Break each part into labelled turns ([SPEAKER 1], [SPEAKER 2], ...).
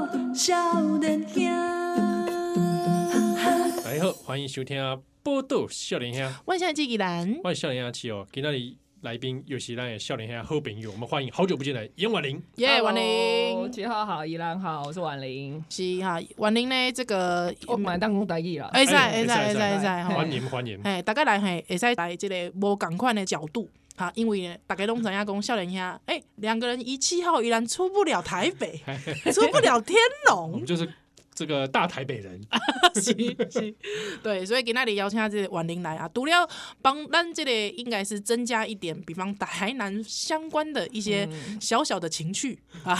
[SPEAKER 1] 少年兄，
[SPEAKER 2] 大家好，欢迎收听啊，波豆笑脸兄，
[SPEAKER 3] 万象季吉兰，
[SPEAKER 2] 欢迎笑脸兄七哦，今天的来宾又是咱的笑脸兄好朋友，我们欢迎好久不见的严婉玲。
[SPEAKER 3] 耶，婉
[SPEAKER 4] Hello，
[SPEAKER 3] 玲
[SPEAKER 4] 七号好，依兰好，我是婉玲，
[SPEAKER 3] 是哈，婉玲呢？这个
[SPEAKER 4] 我买当工得意了。
[SPEAKER 3] 哦哎在
[SPEAKER 2] 哎
[SPEAKER 3] 哎在哎在哎在哈
[SPEAKER 2] 欢，迎欢迎，
[SPEAKER 3] 哎，大概来嘿，会使来这个无共款的角度。哈，因为呢，大家拢知影讲，少年兄，哎，两个人一七号依然出不了台 北，出不了天
[SPEAKER 2] 我
[SPEAKER 3] 龙
[SPEAKER 2] 们，就是这个大台北人，
[SPEAKER 3] 是是，对，所以今天里邀请这个婉玲来啊，除了帮咱这个应该是增加一点，比方台南相关的一些小小的情趣啊，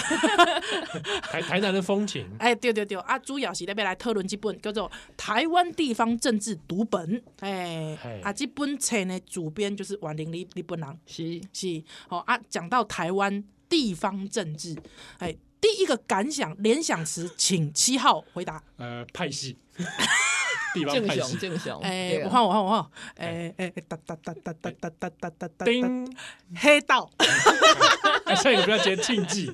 [SPEAKER 2] 台台南的风情。
[SPEAKER 3] 哎，对对对，啊，主要是咧要来讨论这本叫做《台湾地方政治读本》，
[SPEAKER 2] 嘿
[SPEAKER 3] 哎，啊，这本册呢，主编就是婉玲你你本人，
[SPEAKER 4] 是，
[SPEAKER 3] 是哦啊，讲到台湾地方政治，哎，第一个感想联想词，请七号回答。
[SPEAKER 2] 呃，派 系，地方
[SPEAKER 4] 正
[SPEAKER 2] 派
[SPEAKER 4] 雄，
[SPEAKER 2] 系，
[SPEAKER 4] 正雄。
[SPEAKER 3] 哎
[SPEAKER 4] 对，
[SPEAKER 2] 啊
[SPEAKER 4] 啊
[SPEAKER 3] 我看我看我看，哎哎，哒哒哒哒哒哒哒哒哒哒，
[SPEAKER 2] 叮，
[SPEAKER 3] 黑道，
[SPEAKER 2] 哎下一个不要接庆忌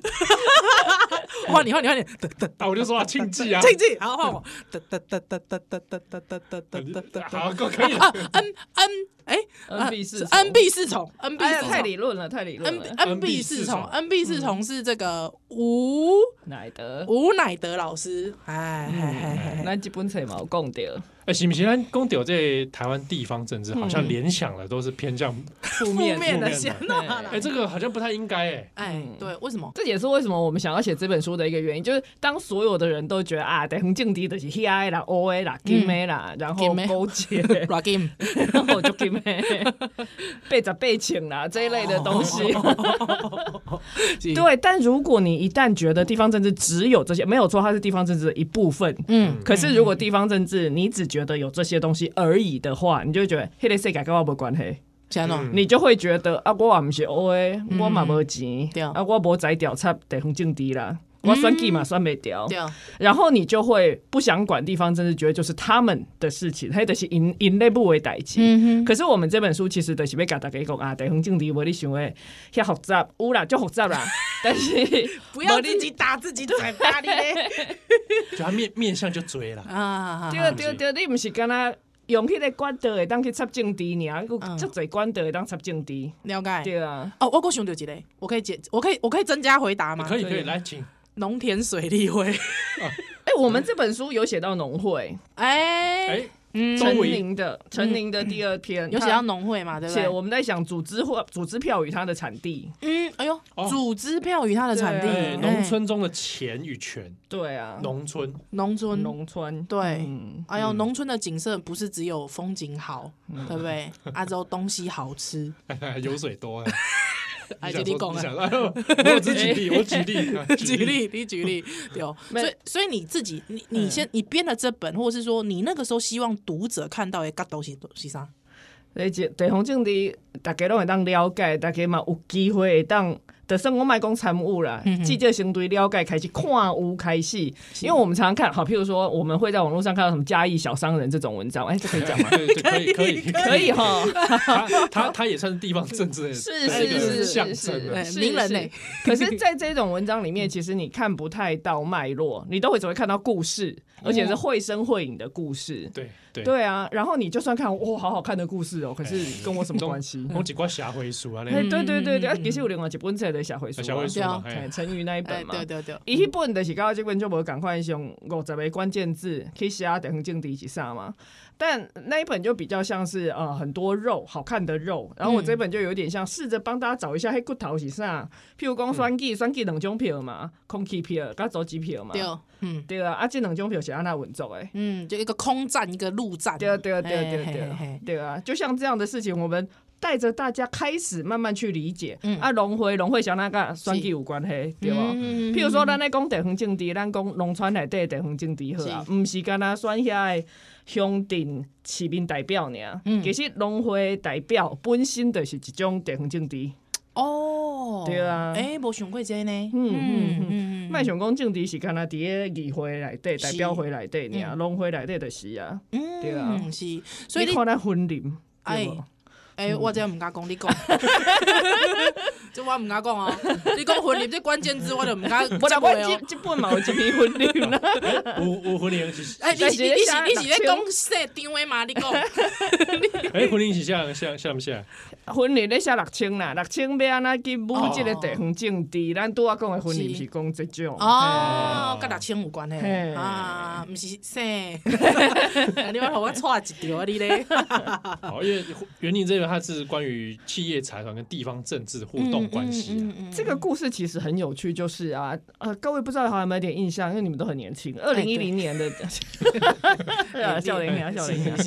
[SPEAKER 3] 换你换你换你，哒哒，
[SPEAKER 2] 啊，我就说啊，庆 忌啊，
[SPEAKER 3] 静静，好换我，哒哒哒哒哒哒哒哒哒哒哒哒
[SPEAKER 2] 好，
[SPEAKER 3] 哒。
[SPEAKER 2] 够可以了
[SPEAKER 3] 啊，N N 哎
[SPEAKER 4] NB 四重
[SPEAKER 3] ，N B 四重，N B
[SPEAKER 4] 哎呀，
[SPEAKER 3] 四
[SPEAKER 4] 太理
[SPEAKER 3] 重
[SPEAKER 4] 论了，嗯太理论
[SPEAKER 3] ，N
[SPEAKER 4] 了。
[SPEAKER 3] N B 四重，N B 四重是这个吴
[SPEAKER 4] 乃 德，
[SPEAKER 3] 吴乃德老师，哎
[SPEAKER 4] 嗯
[SPEAKER 3] 哎哎，
[SPEAKER 4] 咱基本册嘛有讲 到，
[SPEAKER 2] 哎，行不行？咱公屌在台湾地方政治好像联想了，都是偏向，
[SPEAKER 4] 负
[SPEAKER 3] 负
[SPEAKER 4] 面
[SPEAKER 3] 面的
[SPEAKER 2] 负面
[SPEAKER 3] 想
[SPEAKER 2] 的
[SPEAKER 3] 法
[SPEAKER 4] 哎嗯
[SPEAKER 3] 了
[SPEAKER 2] 哎，，这个好像不太应该哎。
[SPEAKER 3] 哎，对，为什么？
[SPEAKER 4] 这也是为什么我们想要写这本书的一个原因，就是当所有的人都觉得啊，得很劲敌的是 H I 啦、O A 啦、G M 啦，然后
[SPEAKER 3] 金的
[SPEAKER 4] 勾结，
[SPEAKER 3] r o c k i 嗯 m
[SPEAKER 4] 然后就 G M 背着背请啦这一类的东西。 对，但如果你一旦觉得地方政治只有这些，没有错，它是地方政治的一部分。
[SPEAKER 3] 嗯，
[SPEAKER 4] 可是如果地方政治你只觉得有这些东西而已的话，你就会觉得黑的世界跟我无关系，
[SPEAKER 3] 现在
[SPEAKER 2] 嗯
[SPEAKER 4] 你就会觉得啊，我也不是 O A，我嘛无钱
[SPEAKER 3] 对，
[SPEAKER 4] 啊，我无在调查地方政治啦。我选举嘛选袂掉，
[SPEAKER 3] 对，哦
[SPEAKER 4] 然后你就会不想管地方政治，觉得就是他们的事情，还得是因因内部为代志。
[SPEAKER 3] 嗯哼，
[SPEAKER 4] 可是我们这本书其实就是要甲大家讲啊，地方政治无你想的遐复杂，有啦就复杂 啦，但是
[SPEAKER 3] 不要自己打自己嘴巴里 嘞
[SPEAKER 2] 就他面面相就追了。
[SPEAKER 3] 啊，
[SPEAKER 4] 对对对，你毋是敢若用迄个管道会当去插政治啊尔，佮
[SPEAKER 3] 嗯
[SPEAKER 4] 足侪管道会当插政治，
[SPEAKER 3] 了解。
[SPEAKER 4] 对啊。
[SPEAKER 3] 哦，我够想到一个，我可以解，我可以，我可以增加回答吗？
[SPEAKER 2] 可以
[SPEAKER 4] 对
[SPEAKER 2] 可以，来请。
[SPEAKER 3] 农田水利 会，
[SPEAKER 4] 哎，我们这本书有写到农会，
[SPEAKER 3] 哎，
[SPEAKER 2] 哎，
[SPEAKER 3] 嗯
[SPEAKER 2] 周
[SPEAKER 4] 陈
[SPEAKER 2] 围
[SPEAKER 4] 宁的陈宁的第二篇
[SPEAKER 3] 有写到。农会嘛，对
[SPEAKER 4] 他
[SPEAKER 3] 不
[SPEAKER 4] 写
[SPEAKER 3] 对？
[SPEAKER 4] 我们在想组织或组织票与它的产地，
[SPEAKER 3] 嗯，哎呦
[SPEAKER 2] 哦，
[SPEAKER 3] 组织票与它的产
[SPEAKER 4] 对
[SPEAKER 3] 地
[SPEAKER 2] 哎，
[SPEAKER 4] 嗯
[SPEAKER 2] 农村中的钱与权，
[SPEAKER 4] 对啊，
[SPEAKER 2] 农村
[SPEAKER 3] 农村，
[SPEAKER 4] 农村，
[SPEAKER 3] 对
[SPEAKER 4] 嗯
[SPEAKER 3] 哎呦，农村的景色不是只有风景好，对不对？啊，之后东西好 吃，
[SPEAKER 2] 油水多哎。
[SPEAKER 3] 哎，
[SPEAKER 2] 你
[SPEAKER 3] 就你
[SPEAKER 2] 想说
[SPEAKER 3] 讲
[SPEAKER 2] 你想
[SPEAKER 3] 了，
[SPEAKER 2] 说哎我只举例，我举 例，？
[SPEAKER 3] 举例，你举 例，对哦。
[SPEAKER 4] 没嗯
[SPEAKER 3] 所以，所以你自己，你你先，你编了这本，或者是说你那个时候希望读者看到的角度是是啥？
[SPEAKER 4] 所以这地方政治大家拢会当了解，大家嘛有机会会当，就算我卖讲参悟啦
[SPEAKER 3] 嗯，哼
[SPEAKER 4] 记者先对了解开始看有开始，因为我们常常看好，譬如说我们会在网络上看到什么嘉义小商人这种文章，哎、这可以讲吗
[SPEAKER 2] 对对可以可以
[SPEAKER 4] 可以哈，
[SPEAKER 2] 他他他也算是地方政治的
[SPEAKER 4] 是
[SPEAKER 2] 一个
[SPEAKER 4] 是是
[SPEAKER 2] 象
[SPEAKER 4] 是
[SPEAKER 2] 征
[SPEAKER 4] 是
[SPEAKER 2] 啊
[SPEAKER 3] 哎，名人呢
[SPEAKER 4] 是 可是，在这种文章里面，其实你看不太到脉络，你都会只会看到故事，而且是绘声绘影的故事。
[SPEAKER 2] 对对。哎
[SPEAKER 4] 对啊，然后你就算看哇，好好看的故事哦，可是跟我什么 关系？
[SPEAKER 2] 我几挂霞灰书
[SPEAKER 3] 嗯
[SPEAKER 2] 啊，那
[SPEAKER 4] 哎，对对对对，啊其实有另外一本册的小回书啊，
[SPEAKER 2] 霞灰书嘛，哎
[SPEAKER 4] 哎，成语那一
[SPEAKER 3] 哎，
[SPEAKER 4] 本嘛
[SPEAKER 3] 对。对对，
[SPEAKER 4] 伊迄本就是到即本就无共款用五十个关键字去写地方政治是啥嘛，但那一本就比较像是呃很多肉好看的肉，然后我这本就有点像试着帮大家找一下迄骨头是啥，譬如讲选举选举两种票嘛，空气票甲组织票嘛，
[SPEAKER 3] 对，嗯
[SPEAKER 4] 对啊，啊这两种票是安那运作诶。
[SPEAKER 3] 嗯，就一个空战，一个陆战嘛，
[SPEAKER 4] 对啊，对啊，对啊，
[SPEAKER 3] 嘿
[SPEAKER 4] 对啊，
[SPEAKER 3] 嘿
[SPEAKER 4] 对啊
[SPEAKER 3] 嘿，
[SPEAKER 4] 对啊，就像这样的事情，我们带着大家开始慢慢去理解。
[SPEAKER 3] 嗯
[SPEAKER 4] 啊，龙回龙会小那个选举有关系，对吧？
[SPEAKER 3] 嗯
[SPEAKER 4] 譬如说，咱咧讲地方政治，咱讲农村内底的地方政治好啊，毋是干那选遐的乡镇市民代表尔。
[SPEAKER 3] 嗯
[SPEAKER 4] 其实农会代表本身就是一种地方政治，
[SPEAKER 3] 嗯哦，
[SPEAKER 4] 对啊
[SPEAKER 3] 哎，无想过这呢，
[SPEAKER 4] 嗯嗯
[SPEAKER 3] 嗯
[SPEAKER 4] 莫想讲政治是干那伫咧议会内
[SPEAKER 3] 是
[SPEAKER 4] 底、代表会内底尔，农会内底就是啊。
[SPEAKER 3] 嗯
[SPEAKER 4] 对啊
[SPEAKER 3] 是，所
[SPEAKER 4] 所
[SPEAKER 3] 以
[SPEAKER 4] 以
[SPEAKER 3] 你
[SPEAKER 4] 看咱分林，
[SPEAKER 3] 哎
[SPEAKER 4] 对无
[SPEAKER 3] 哎，我这毋敢讲你讲，这我唔敢讲哦，你讲婚礼这关键字我就唔敢
[SPEAKER 4] 我
[SPEAKER 3] 接
[SPEAKER 4] 来
[SPEAKER 3] 话
[SPEAKER 4] 问
[SPEAKER 3] 哦
[SPEAKER 4] 这。这本嘛有一篇婚礼啦，
[SPEAKER 2] 有有婚龄是，
[SPEAKER 3] 哎，
[SPEAKER 2] 哎
[SPEAKER 3] 你是你是
[SPEAKER 4] 但是
[SPEAKER 3] 你
[SPEAKER 4] 那
[SPEAKER 3] 是在讲设定位吗？你讲
[SPEAKER 2] 哎，婚龄是下下下不下？
[SPEAKER 4] 婚礼咧写六千啦，六千要安那去舞即个地方政治，咱拄啊讲的婚礼
[SPEAKER 3] 哦是
[SPEAKER 4] 是讲即种。
[SPEAKER 3] 哦，跟六千有关诶
[SPEAKER 4] 嘿
[SPEAKER 3] 啊，唔是设， 你要让我错一条啊你咧，
[SPEAKER 2] 好，因为园林这边它是关于企业财团跟地方政治互
[SPEAKER 3] 嗯
[SPEAKER 2] 动关系啊。
[SPEAKER 4] 嘿这个故事其实很有趣，就是啊，呃，各位不知道还有没有点印象，因为你们都很年轻，二零一零年的， 对 啊，笑脸啊，笑脸啊。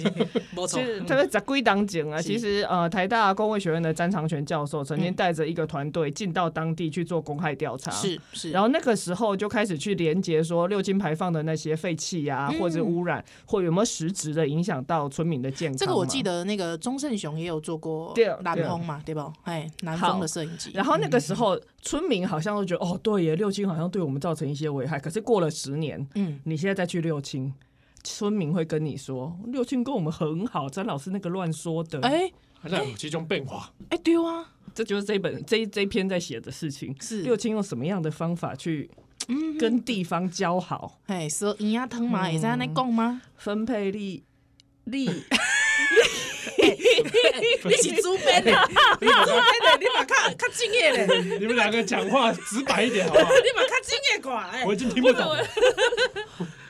[SPEAKER 3] 没错
[SPEAKER 4] 其，实特别在归档景啊，
[SPEAKER 3] 是
[SPEAKER 4] 其实呃，台大工卫学院的詹长全教授曾经
[SPEAKER 3] 嗯
[SPEAKER 4] 带着一个团队进到当地去做公害调查，
[SPEAKER 3] 是是，
[SPEAKER 4] 然后那个时候就开始去连接说六氢排放的那些废气啊，
[SPEAKER 3] 嗯
[SPEAKER 4] 或者污染，或有没有实质的影响到村民的健康。
[SPEAKER 3] 这个我记
[SPEAKER 4] 得。
[SPEAKER 3] 得，那个钟胜雄也有做过
[SPEAKER 4] 对啊
[SPEAKER 3] 南
[SPEAKER 4] 对啊
[SPEAKER 3] 风嘛，对吧？哎，南风
[SPEAKER 4] 好
[SPEAKER 3] 的摄影机。
[SPEAKER 4] 然后那个
[SPEAKER 3] 嗯
[SPEAKER 4] 时候，村民好像都觉得哦，对耶，六氢好像对我们造成一些危害。可是过了十年，
[SPEAKER 3] 嗯，
[SPEAKER 4] 你现在再去六氢，村民会跟你说，六氢跟我们很好，詹老师那个乱说的。
[SPEAKER 3] 哎、哎、
[SPEAKER 2] 还在有这种变化，
[SPEAKER 3] 对啊，
[SPEAKER 4] 这就是这本这一这一篇在写的事情。
[SPEAKER 3] 是
[SPEAKER 4] 六亲用什么样的方法去
[SPEAKER 3] 嗯，
[SPEAKER 4] 跟地方交好，
[SPEAKER 3] 哎，说营养汤
[SPEAKER 4] 嗯
[SPEAKER 3] 嘛，也是安尼讲吗？
[SPEAKER 4] 分配利 利？
[SPEAKER 3] 你是主编的，
[SPEAKER 4] 啊
[SPEAKER 3] 你主编的，你嘛较较敬业嘞，你
[SPEAKER 2] 你们两个讲话直白一点好不 好？
[SPEAKER 3] 嘛较敬业过来
[SPEAKER 2] 我已经听不懂了。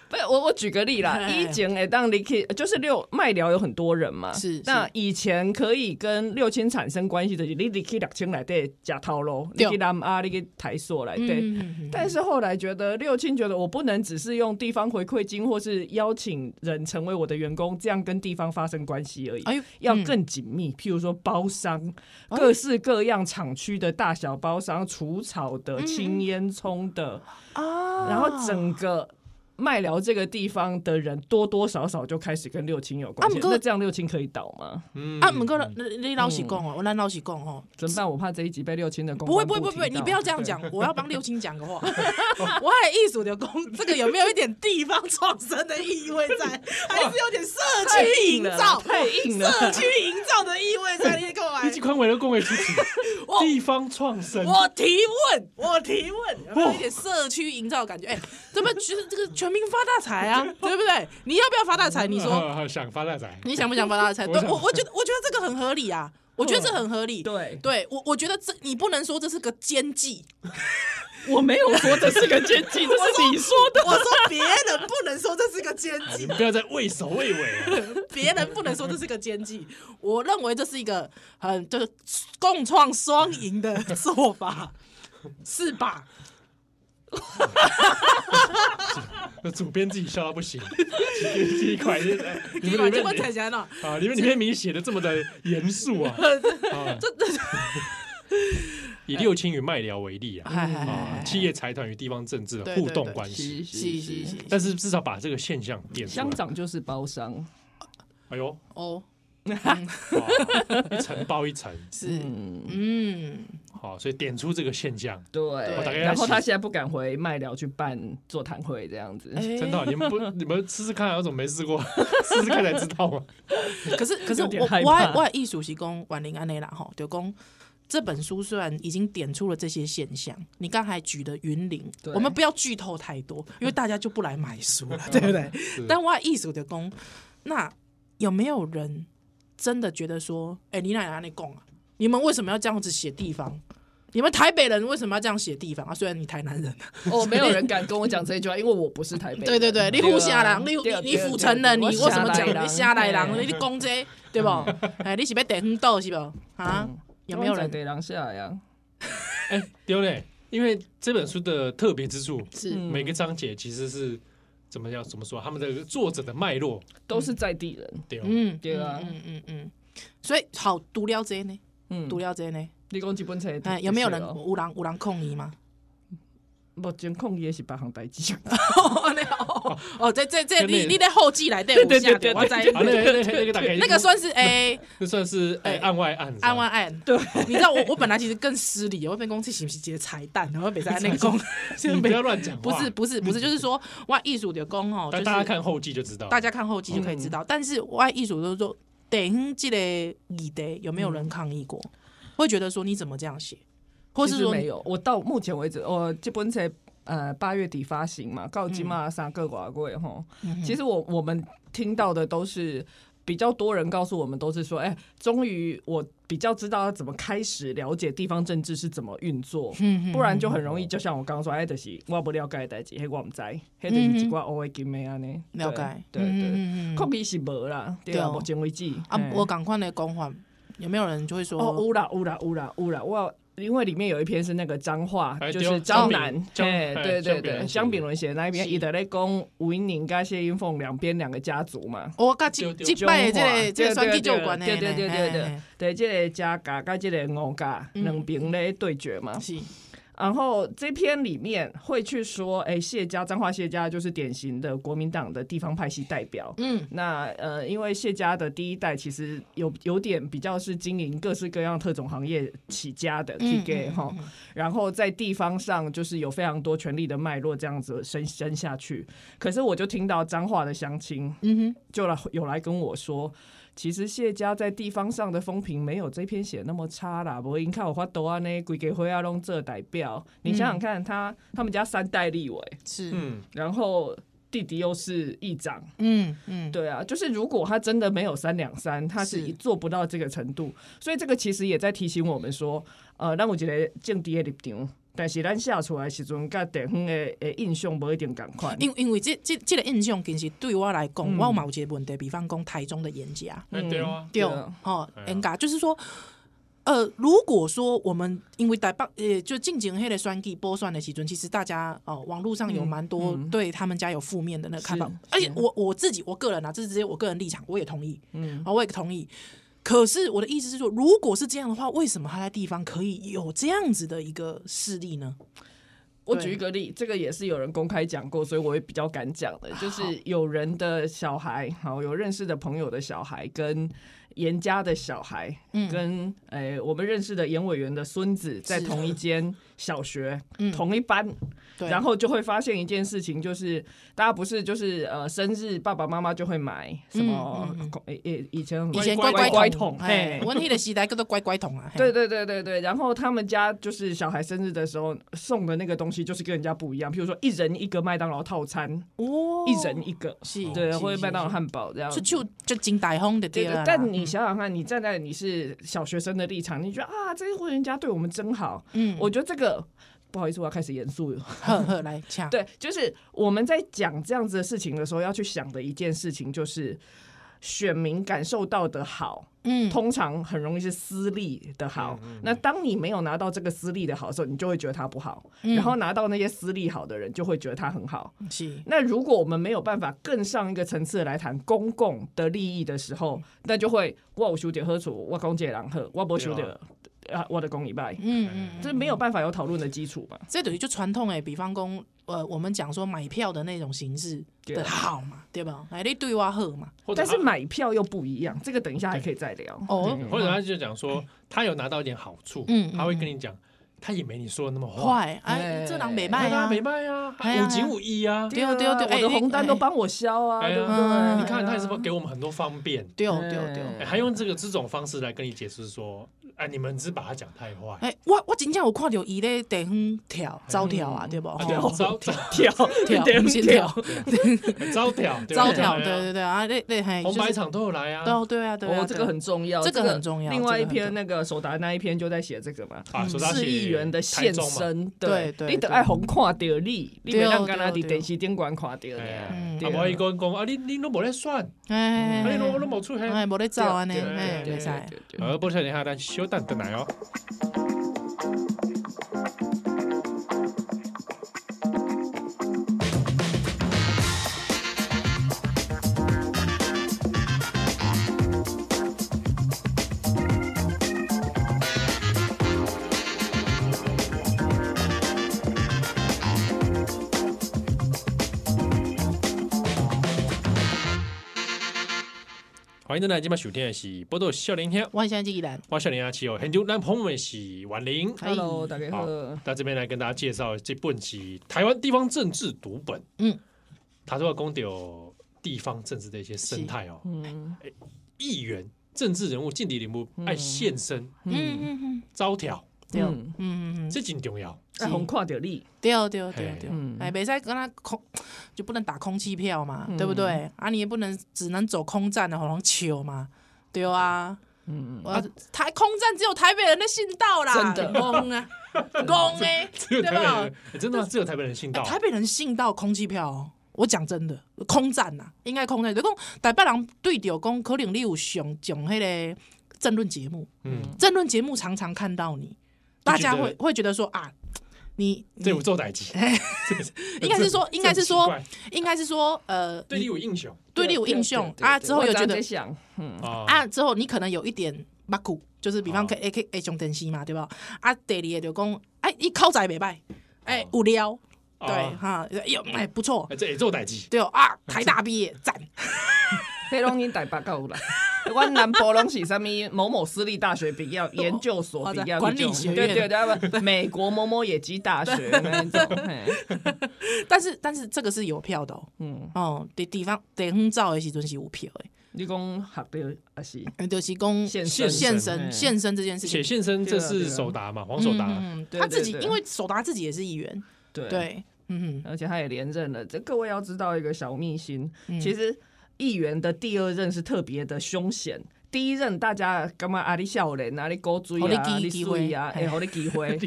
[SPEAKER 4] 不是我我举个例啦，
[SPEAKER 3] 哎
[SPEAKER 4] 以前哎，当你可以就是六麦寮有很多人嘛，
[SPEAKER 3] 是
[SPEAKER 4] 那
[SPEAKER 3] 是
[SPEAKER 4] 以前可以跟六亲产生关系的，你你去六亲来对假套喽，你
[SPEAKER 3] 对
[SPEAKER 4] 去南啊阿，你去台塑来对。
[SPEAKER 3] 嗯嗯嗯
[SPEAKER 4] 但是后来觉得六亲觉得我不能只是用地方回馈金或是邀请人成为我的员工，这样跟地方发生关系而已。
[SPEAKER 3] 哎呦，
[SPEAKER 4] 要
[SPEAKER 3] 嗯
[SPEAKER 4] 更紧密，譬如说包商，
[SPEAKER 3] 哦
[SPEAKER 4] 各式各样厂区的大小包商，除草的、
[SPEAKER 3] 嗯
[SPEAKER 4] 清烟囱的，
[SPEAKER 3] 啊，
[SPEAKER 4] 然后整个麦寮这个地方的人多多少少就开始跟六亲有关系
[SPEAKER 3] 啊。不过
[SPEAKER 4] 那这样六亲可以倒吗？
[SPEAKER 2] 嗯
[SPEAKER 3] 啊，唔过你你老实讲哦，我咱老实讲哦，
[SPEAKER 4] 怎么办？嗯我怕这一集被六亲的公
[SPEAKER 3] 不会
[SPEAKER 4] 关
[SPEAKER 3] 不会不会，不会，
[SPEAKER 4] 提到
[SPEAKER 3] 你不要这样。讲，我要帮六亲 讲个话。我还艺术的工，这个有没有一点地方创生的意味在？ 还是有点社
[SPEAKER 4] 太
[SPEAKER 3] 区
[SPEAKER 4] 硬
[SPEAKER 3] 营
[SPEAKER 4] 了
[SPEAKER 3] 造？
[SPEAKER 4] 太硬了。
[SPEAKER 3] 社区营造的意味在，你干嘛
[SPEAKER 2] 你？几款为了公维出题，
[SPEAKER 3] 我
[SPEAKER 2] 地方创生，
[SPEAKER 3] 我提问，我提问，有没有一点社区营造的感觉？哎、怎么觉得这个全民发大财 啊？对不对？你要不要发大财？你说
[SPEAKER 2] 呃想发大财，
[SPEAKER 3] 你想不想发大财？
[SPEAKER 2] 我
[SPEAKER 3] 对
[SPEAKER 2] 想
[SPEAKER 3] 我，我觉得我觉得这个很合理啊，我觉得这很合理。
[SPEAKER 4] 对，
[SPEAKER 3] 对我，我觉得这你不能说这是个奸计，
[SPEAKER 4] 我没有说这是个奸计，这是你说的。
[SPEAKER 3] 我说别人不能说这是个奸
[SPEAKER 2] 你
[SPEAKER 3] 计，
[SPEAKER 2] 不要再畏首畏尾了。
[SPEAKER 3] 别人不能说这是个奸计，我认为这是一个很就是共创双赢 的做法，是吧？
[SPEAKER 2] 那主编自己笑到不行，自己快乐，你
[SPEAKER 3] 你
[SPEAKER 2] 们
[SPEAKER 3] 把
[SPEAKER 2] 里
[SPEAKER 3] 这问
[SPEAKER 2] 面
[SPEAKER 3] 题讲了。
[SPEAKER 2] 啊，你们里面名写的这么的严肃啊，啊，
[SPEAKER 3] 这这，
[SPEAKER 2] 以六亲与麦寮为例啊，
[SPEAKER 3] 哎哎
[SPEAKER 2] 啊，企业财团与地方政治的互动关系，
[SPEAKER 3] 是是是，
[SPEAKER 2] 但是至少把这个现象点出
[SPEAKER 4] 乡
[SPEAKER 2] 来。
[SPEAKER 4] 长就是包商，
[SPEAKER 2] 哎呦，
[SPEAKER 3] 哦，
[SPEAKER 2] 哇一层包一层，
[SPEAKER 3] 是，
[SPEAKER 4] 嗯，
[SPEAKER 3] 嗯，
[SPEAKER 2] 好，所以点出这个现象。
[SPEAKER 3] 我大
[SPEAKER 4] 对，
[SPEAKER 2] 概
[SPEAKER 4] 然后
[SPEAKER 2] 要
[SPEAKER 4] 他现在不敢回麦寮去办座谈会这样子。
[SPEAKER 3] 哎
[SPEAKER 2] 真的，你们不， 你们试试看啊，我怎么没试过？ 试试看才知 道嘛。
[SPEAKER 3] 可是可是
[SPEAKER 4] 有
[SPEAKER 3] 我
[SPEAKER 4] 点害
[SPEAKER 3] 我
[SPEAKER 4] 怕
[SPEAKER 3] 我的艺术是讲婉玲安内啦吼，就讲这本书虽然已经点出了这些现象，你刚才举的云林，
[SPEAKER 4] 对
[SPEAKER 3] 我们不要剧透太多，因为大家就不来买书 了，对不对？
[SPEAKER 4] 嗯
[SPEAKER 3] 但我的艺术的讲，那有没有人真的觉得说，哎、你奶奶那讲啊，你们为什么要这样子写地方？你们台北人为什么要这样写地方啊？虽然你台南人，
[SPEAKER 4] 哦，没有人敢跟我讲这一句话，因为我不是台北人。
[SPEAKER 3] 对对对，你胡下人，你
[SPEAKER 4] 对啊
[SPEAKER 3] 你
[SPEAKER 4] 对啊
[SPEAKER 3] 你府城人，你
[SPEAKER 4] 对啊
[SPEAKER 3] 为
[SPEAKER 4] 对啊啊
[SPEAKER 3] 什么讲
[SPEAKER 4] 我
[SPEAKER 3] 你
[SPEAKER 4] 下
[SPEAKER 3] 下来
[SPEAKER 4] 来人
[SPEAKER 3] 人？你讲这个对 不？哎，你是被地方斗是不？啊，有没有人？嗯
[SPEAKER 4] 给狼下来啊？
[SPEAKER 2] 哎，丢嘞！因为这本书的特别之处，
[SPEAKER 3] 是
[SPEAKER 4] 嗯
[SPEAKER 2] 每个章节其实是怎么样怎么说，他们的作者的脉络，
[SPEAKER 4] 都是在地人。
[SPEAKER 2] 对哦，
[SPEAKER 3] 嗯，
[SPEAKER 4] 对啊
[SPEAKER 3] 嗯嗯嗯嗯，所以好读了这呢，
[SPEAKER 4] 嗯哦
[SPEAKER 3] 读了这呢，
[SPEAKER 4] 你讲基本册，
[SPEAKER 3] 哎，有没有人有人有人控你吗？
[SPEAKER 4] 啊目前控也是八项代志。
[SPEAKER 3] 哦那哦哦，这这这，
[SPEAKER 2] 跟那
[SPEAKER 3] 你
[SPEAKER 2] 个
[SPEAKER 3] 你在后记来对
[SPEAKER 4] 对
[SPEAKER 3] 我
[SPEAKER 4] 对
[SPEAKER 3] 下
[SPEAKER 4] 对对
[SPEAKER 3] 我在
[SPEAKER 2] 啊，那个那 个那个大概
[SPEAKER 3] 那个算是 哎
[SPEAKER 2] 那算是哎
[SPEAKER 3] 哎
[SPEAKER 2] 案外案，
[SPEAKER 3] 案外案。
[SPEAKER 4] 对，
[SPEAKER 3] 你知道我我本来其实更失礼，我被公司是不是接彩蛋，然后被在那 个公，
[SPEAKER 2] 是吧， 你不要乱讲话，
[SPEAKER 3] 不是不是不是，就是说哇，艺术的功哦，就
[SPEAKER 2] 但
[SPEAKER 3] 是
[SPEAKER 2] 大家看后记就知道，
[SPEAKER 3] 大家看后记就可以知道。但是我爱艺术就是说，等这个议题有没有人抗议过？会觉得说你怎么这样写，或是
[SPEAKER 4] 其实
[SPEAKER 3] 说
[SPEAKER 4] 没有。我到目前为止，我这本才呃八月底发行嘛，告金嘛三个寡贵吼。
[SPEAKER 3] 嗯哼
[SPEAKER 4] 其实我我们听到的都是比较多人告诉我们，都是说，哎、终于我比较知道要怎么开始了解地方政治是怎么运作。
[SPEAKER 3] 嗯
[SPEAKER 4] 不然就很容易，就像我刚刚说，哎，就是我不了解的代志，嘿，我唔知，嘿，就是一挂黑的金的安尼。
[SPEAKER 3] 嗯了解，
[SPEAKER 4] 对对
[SPEAKER 3] 嗯嗯嗯
[SPEAKER 4] 对，
[SPEAKER 3] 嗯
[SPEAKER 4] 可比是无啦，对
[SPEAKER 3] 对
[SPEAKER 4] 啊，
[SPEAKER 3] 哦
[SPEAKER 4] 目前为止
[SPEAKER 3] 啊
[SPEAKER 4] 嘿，
[SPEAKER 3] 我赶快来讲话，有没有人就会说
[SPEAKER 4] 哦，乌啦乌啦乌啦乌啦，我因为里面有一篇是那个脏话
[SPEAKER 2] 哎，
[SPEAKER 4] 就
[SPEAKER 2] 对
[SPEAKER 4] 是
[SPEAKER 3] 啊
[SPEAKER 2] 哦
[SPEAKER 4] 张
[SPEAKER 2] 江炳
[SPEAKER 4] 南，
[SPEAKER 2] 江
[SPEAKER 4] 哎，
[SPEAKER 2] 哎江
[SPEAKER 4] 对对
[SPEAKER 2] 炳
[SPEAKER 4] 对，
[SPEAKER 2] 伦
[SPEAKER 4] 江
[SPEAKER 2] 写
[SPEAKER 4] 炳伦写的那一篇，
[SPEAKER 2] 是
[SPEAKER 4] 伊在咧讲吴英玲跟谢英凤两边两个家族嘛，
[SPEAKER 3] 我甲
[SPEAKER 2] 对
[SPEAKER 3] 即
[SPEAKER 2] 对
[SPEAKER 3] 即摆的这
[SPEAKER 4] 对
[SPEAKER 3] 个这个选举就有关的，
[SPEAKER 4] 对对对对对
[SPEAKER 3] 嘿嘿
[SPEAKER 4] 对，这个家家跟这个吴家
[SPEAKER 3] 嗯
[SPEAKER 4] 两边咧对决嘛
[SPEAKER 3] 嘿，是，
[SPEAKER 4] 然后这篇里面会去说，哎，谢家彰化谢家就是典型的国民党的地方派系代表。
[SPEAKER 3] 嗯
[SPEAKER 4] 那呃，因为谢家的第一代其实有有点比较是经营各式各样特种行业起家的
[SPEAKER 3] 嗯
[SPEAKER 4] T K 哈，
[SPEAKER 3] 嗯嗯
[SPEAKER 4] 然后在地方上就是有非常多权力的脉络这样子伸伸下去。可是我就听到彰化的乡亲
[SPEAKER 3] 嗯哼，
[SPEAKER 4] 就来有来跟我说，其实谢家在地方上的风评没有这篇写那么差啦。我因看我发抖啊呢，鬼给灰啊弄这代表，你
[SPEAKER 3] 嗯
[SPEAKER 4] 想想看他，他们家三代立委，
[SPEAKER 3] 是，
[SPEAKER 2] 嗯，
[SPEAKER 4] 然后弟弟又是议长，
[SPEAKER 3] 嗯嗯，
[SPEAKER 4] 对啊，就是如果他真的没有三两三，他
[SPEAKER 3] 是
[SPEAKER 4] 是做不到这个程度，所以这个其实也在提醒我们说，呃，让我觉得政敌的立场，但是咱写出来的时阵，甲地方的的印象不一定共款。
[SPEAKER 3] 因因为这这这个印象，其实对我来讲，
[SPEAKER 4] 嗯
[SPEAKER 3] 我嘛有一个问题，比方讲台中的演讲，
[SPEAKER 2] 哎对啊，
[SPEAKER 3] 对
[SPEAKER 4] 对，嗯
[SPEAKER 3] 哦
[SPEAKER 2] 哎，呀
[SPEAKER 3] 应该就是说，呃，如果说我们因为台北，呃，就近前黑的选举播算的时阵，其实大家哦，网络上有
[SPEAKER 4] 嗯
[SPEAKER 3] 蛮多
[SPEAKER 4] 嗯
[SPEAKER 3] 对他们家有负面的那个看法
[SPEAKER 4] 是，
[SPEAKER 3] 而且
[SPEAKER 4] 是
[SPEAKER 3] 我我自己我个人啊，这是直接我个人立场，我也同意，
[SPEAKER 4] 嗯
[SPEAKER 3] 啊，我也同意。可是我的意思是说，如果是这样的话，为什么他在地方可以有这样子的一个势力呢？
[SPEAKER 4] 我
[SPEAKER 3] 对
[SPEAKER 4] 举一个例，这个也是有人公开讲过，所以我也比较敢讲的，就是有人的小孩，好有认识的朋友的小孩，跟严家的小孩，
[SPEAKER 3] 嗯
[SPEAKER 4] 跟诶、我们认识的严委员的孙子，在
[SPEAKER 3] 是
[SPEAKER 4] 同一间小学，
[SPEAKER 3] 嗯
[SPEAKER 4] 同一班，
[SPEAKER 3] 对，
[SPEAKER 4] 然后就会发现一件事情，就是大家不是就是呃，生日爸爸妈妈就会买什么
[SPEAKER 3] 嗯嗯嗯
[SPEAKER 4] 诶诶、以前
[SPEAKER 3] 以前
[SPEAKER 2] 乖
[SPEAKER 3] 乖
[SPEAKER 4] 乖
[SPEAKER 3] 桶
[SPEAKER 4] 桶，
[SPEAKER 3] 哎
[SPEAKER 4] 嘿，
[SPEAKER 3] 我那个时代叫做乖乖桶啊，嘿
[SPEAKER 4] 对，对对对对，然后他们家就是小孩生日的时候送的那个东西，就是跟人家不一样。譬如说，一人一个麦当劳套餐，
[SPEAKER 3] 哦
[SPEAKER 4] 一人一个，
[SPEAKER 3] 是，
[SPEAKER 4] 对，
[SPEAKER 3] 是
[SPEAKER 4] 或者麦当劳。
[SPEAKER 3] 是
[SPEAKER 4] 汉堡这样
[SPEAKER 3] 是。就就就金大风的
[SPEAKER 4] 对
[SPEAKER 3] 对
[SPEAKER 4] 对
[SPEAKER 3] 了啦，，嗯
[SPEAKER 4] 但你想想看，你站在你是小学生的立场，你觉得啊，这户人家对我们真好。
[SPEAKER 3] 嗯，
[SPEAKER 4] 我觉得这个不好意思，我要开始严肃了。
[SPEAKER 3] 呵呵来 抢，
[SPEAKER 4] 对，就是我们在讲这样子的事情的时候，要去想的一件事情就是，选民感受到的好，
[SPEAKER 3] 嗯，
[SPEAKER 4] 通常很容易是私利的好。那当你没有拿到这个私利的好的时候，你就会觉得它不好；
[SPEAKER 3] 嗯
[SPEAKER 4] 然后拿到那些私利好的人，就会觉得它很好。
[SPEAKER 3] 是
[SPEAKER 4] 那如果我们没有办法更上一个层次来谈公共的利益的时
[SPEAKER 3] 嗯
[SPEAKER 4] 候，那就会我有修点喝处，我公姐狼喝，我不修点啊，我的公一拜，
[SPEAKER 3] 嗯嗯，
[SPEAKER 4] 这没有办法有讨论的基础嘛？
[SPEAKER 3] 这等于就传统诶，比方讲，呃，我们讲说买票的那种形式
[SPEAKER 4] 对
[SPEAKER 3] 的好嘛，对吧？哎来，你对我好嘛，
[SPEAKER 2] 或者
[SPEAKER 4] 但是
[SPEAKER 2] 他
[SPEAKER 4] 买票又不一样，这个等一下还可以再聊。
[SPEAKER 3] 哦，
[SPEAKER 2] 或者他就讲说，他有拿到一点好处，
[SPEAKER 3] 嗯嗯
[SPEAKER 2] 他会跟你讲，他也没你说的那么坏，
[SPEAKER 3] 坏，哎，
[SPEAKER 4] 哎
[SPEAKER 3] 这人没卖
[SPEAKER 2] 对
[SPEAKER 3] 啊
[SPEAKER 2] 啊，，没卖啊，
[SPEAKER 3] 哎呀
[SPEAKER 2] 五斤五一啊，
[SPEAKER 3] 对哦对哦对哦哎
[SPEAKER 4] 我的红单都帮我消啊，
[SPEAKER 2] 哎
[SPEAKER 4] 对不
[SPEAKER 3] 哎
[SPEAKER 2] 你
[SPEAKER 4] 对？
[SPEAKER 2] 看他也是不给我们很多方便，
[SPEAKER 3] 对哦对哦对
[SPEAKER 4] 哎
[SPEAKER 3] 哦，
[SPEAKER 2] 哎还用这个这种方式来跟你解释说，哎，你们只把他讲太坏，
[SPEAKER 3] 哎，我我真正有看到伊咧地方跳招跳啊，
[SPEAKER 4] 嗯
[SPEAKER 3] 对不？
[SPEAKER 2] 啊对啊
[SPEAKER 3] 吼
[SPEAKER 2] 招跳
[SPEAKER 4] 跳
[SPEAKER 3] 跳，不是跳，
[SPEAKER 2] 招跳
[SPEAKER 3] 招跳，对
[SPEAKER 2] 对
[SPEAKER 3] 对对啊，那那还
[SPEAKER 2] 红白场都有来啊，
[SPEAKER 3] 对哦对啊对啊，
[SPEAKER 4] 哦，这个很重要，
[SPEAKER 3] 这个很重要
[SPEAKER 4] 另外一
[SPEAKER 3] 这个很
[SPEAKER 4] 篇
[SPEAKER 3] 重
[SPEAKER 4] 那个手达那一篇就在写这个嘛，
[SPEAKER 2] 啊，手上
[SPEAKER 4] 市
[SPEAKER 2] 写
[SPEAKER 4] 议员的
[SPEAKER 2] 台
[SPEAKER 4] 现
[SPEAKER 2] 中嘛，
[SPEAKER 4] 身，
[SPEAKER 3] 对对
[SPEAKER 4] 你得爱红看到你，你
[SPEAKER 3] 对
[SPEAKER 4] 没
[SPEAKER 3] 哦
[SPEAKER 4] 让干那
[SPEAKER 3] 对
[SPEAKER 4] 伫
[SPEAKER 3] 哦
[SPEAKER 4] 电视顶管看到
[SPEAKER 2] 哎呀
[SPEAKER 4] 呀。
[SPEAKER 3] 嗯
[SPEAKER 2] 啊，
[SPEAKER 4] 对
[SPEAKER 2] 我一个人讲啊，你你都没在算，啊，
[SPEAKER 3] 哎，
[SPEAKER 2] 你
[SPEAKER 3] 哎
[SPEAKER 2] 都都没出现。
[SPEAKER 3] 哎，无咧走安尼，
[SPEAKER 4] 对
[SPEAKER 2] 对
[SPEAKER 3] 哎，
[SPEAKER 2] 对
[SPEAKER 3] 袂使。
[SPEAKER 4] 对对
[SPEAKER 2] 呃，不是，等一下，咱稍等等来哦。欢迎回来，今麦收听的是《波多少年天》，
[SPEAKER 3] 我现在依然，
[SPEAKER 2] 我少年阿七哦，很久咱朋友们是婉玲，
[SPEAKER 3] 哎
[SPEAKER 4] Hello，大家好。
[SPEAKER 2] 那这边来跟大家介绍这本是台湾地方政治读本，
[SPEAKER 3] 嗯，
[SPEAKER 2] 他说公有地方政治的一些生态哦，
[SPEAKER 4] 嗯
[SPEAKER 2] 议员、政治人物、劲敌人物
[SPEAKER 4] 嗯
[SPEAKER 2] 爱现身、
[SPEAKER 3] 嗯
[SPEAKER 4] 嗯，
[SPEAKER 3] 嗯嗯，
[SPEAKER 2] 招挑，
[SPEAKER 3] 对，嗯
[SPEAKER 4] 嗯，
[SPEAKER 3] 嗯嗯，
[SPEAKER 2] 这真重要。
[SPEAKER 4] 哎红跨着力，
[SPEAKER 3] 对对对对，
[SPEAKER 4] 嗯
[SPEAKER 3] 哎，北塞跟他空就不能打空气票嘛，
[SPEAKER 4] 嗯
[SPEAKER 3] 对不对？啊，你也不能只能走空战的，好像球嘛，对啊。
[SPEAKER 4] 嗯，
[SPEAKER 3] 我台空战只有台北人的信道啦，
[SPEAKER 4] 真的
[SPEAKER 3] 懵 啊，懵哎，
[SPEAKER 2] 只有台北
[SPEAKER 3] 对吧哎
[SPEAKER 2] 人，哎真的吗？只有台北人信道。
[SPEAKER 3] 台北人信道空气票哦。我讲真的，空战呐、啊应该空战。就讲台北人对着讲，可能你有上上迄个政论节目，
[SPEAKER 2] 嗯，
[SPEAKER 3] 政论节目常常看到你，
[SPEAKER 2] 就觉得
[SPEAKER 3] 大家会会觉得说啊，你
[SPEAKER 2] 这有做代 级，
[SPEAKER 3] 哎应该是说，应该是
[SPEAKER 2] 这
[SPEAKER 3] 说，
[SPEAKER 2] 很奇怪
[SPEAKER 3] 应该是说，呃，
[SPEAKER 2] 对你
[SPEAKER 3] 你
[SPEAKER 2] 有英雄
[SPEAKER 3] 对立有英雄啊，之后
[SPEAKER 4] 有
[SPEAKER 3] 又觉得
[SPEAKER 4] 想，嗯，
[SPEAKER 2] 啊
[SPEAKER 3] 啊，之后你可能有一点马苦，就是比方
[SPEAKER 2] 哦
[SPEAKER 3] 说 A K A 熊电西嘛，对吧？啊，第二个就讲，哎，一口仔袂歹，哎
[SPEAKER 2] 哦，
[SPEAKER 3] 有料，
[SPEAKER 2] 啊
[SPEAKER 3] 对哈，哟，哎，不错，
[SPEAKER 2] 哎这也做代级，
[SPEAKER 3] 对哦啊，台大毕业，赞，
[SPEAKER 4] 黑龙江台北够啦。 我南部拢是啥物某某私立大学毕业、研究所毕业，
[SPEAKER 3] 哦管理学院
[SPEAKER 4] 对对对，对美国某某野鸡大学那 一种，嘿
[SPEAKER 3] 但是但是这个是有票的哦，
[SPEAKER 4] 嗯，
[SPEAKER 3] 哦，对地方地方照的时阵是有票的，
[SPEAKER 4] 你讲学的也是
[SPEAKER 3] 呃就是讲
[SPEAKER 4] 现
[SPEAKER 2] 现
[SPEAKER 4] 实
[SPEAKER 3] 现
[SPEAKER 4] 嗯
[SPEAKER 3] 身现身这件事
[SPEAKER 2] 写
[SPEAKER 3] 情，
[SPEAKER 2] 现身这是手达嘛，黄手达，
[SPEAKER 3] 啊嗯嗯
[SPEAKER 4] 对
[SPEAKER 3] 他
[SPEAKER 4] 对
[SPEAKER 3] 自己
[SPEAKER 4] 对
[SPEAKER 3] 因为手达自己也是议员，
[SPEAKER 4] 对
[SPEAKER 3] 对，嗯
[SPEAKER 4] 而且他也连任了。这各位要知道一个小秘辛，
[SPEAKER 3] 嗯
[SPEAKER 4] 其实议员的第二任是特别的凶险。第一任大家干嘛？啊，你笑脸啊，你勾追
[SPEAKER 3] 哦给你
[SPEAKER 4] 啊，
[SPEAKER 3] 机
[SPEAKER 4] 你水啊，
[SPEAKER 3] 机会
[SPEAKER 4] 哎，好你机会，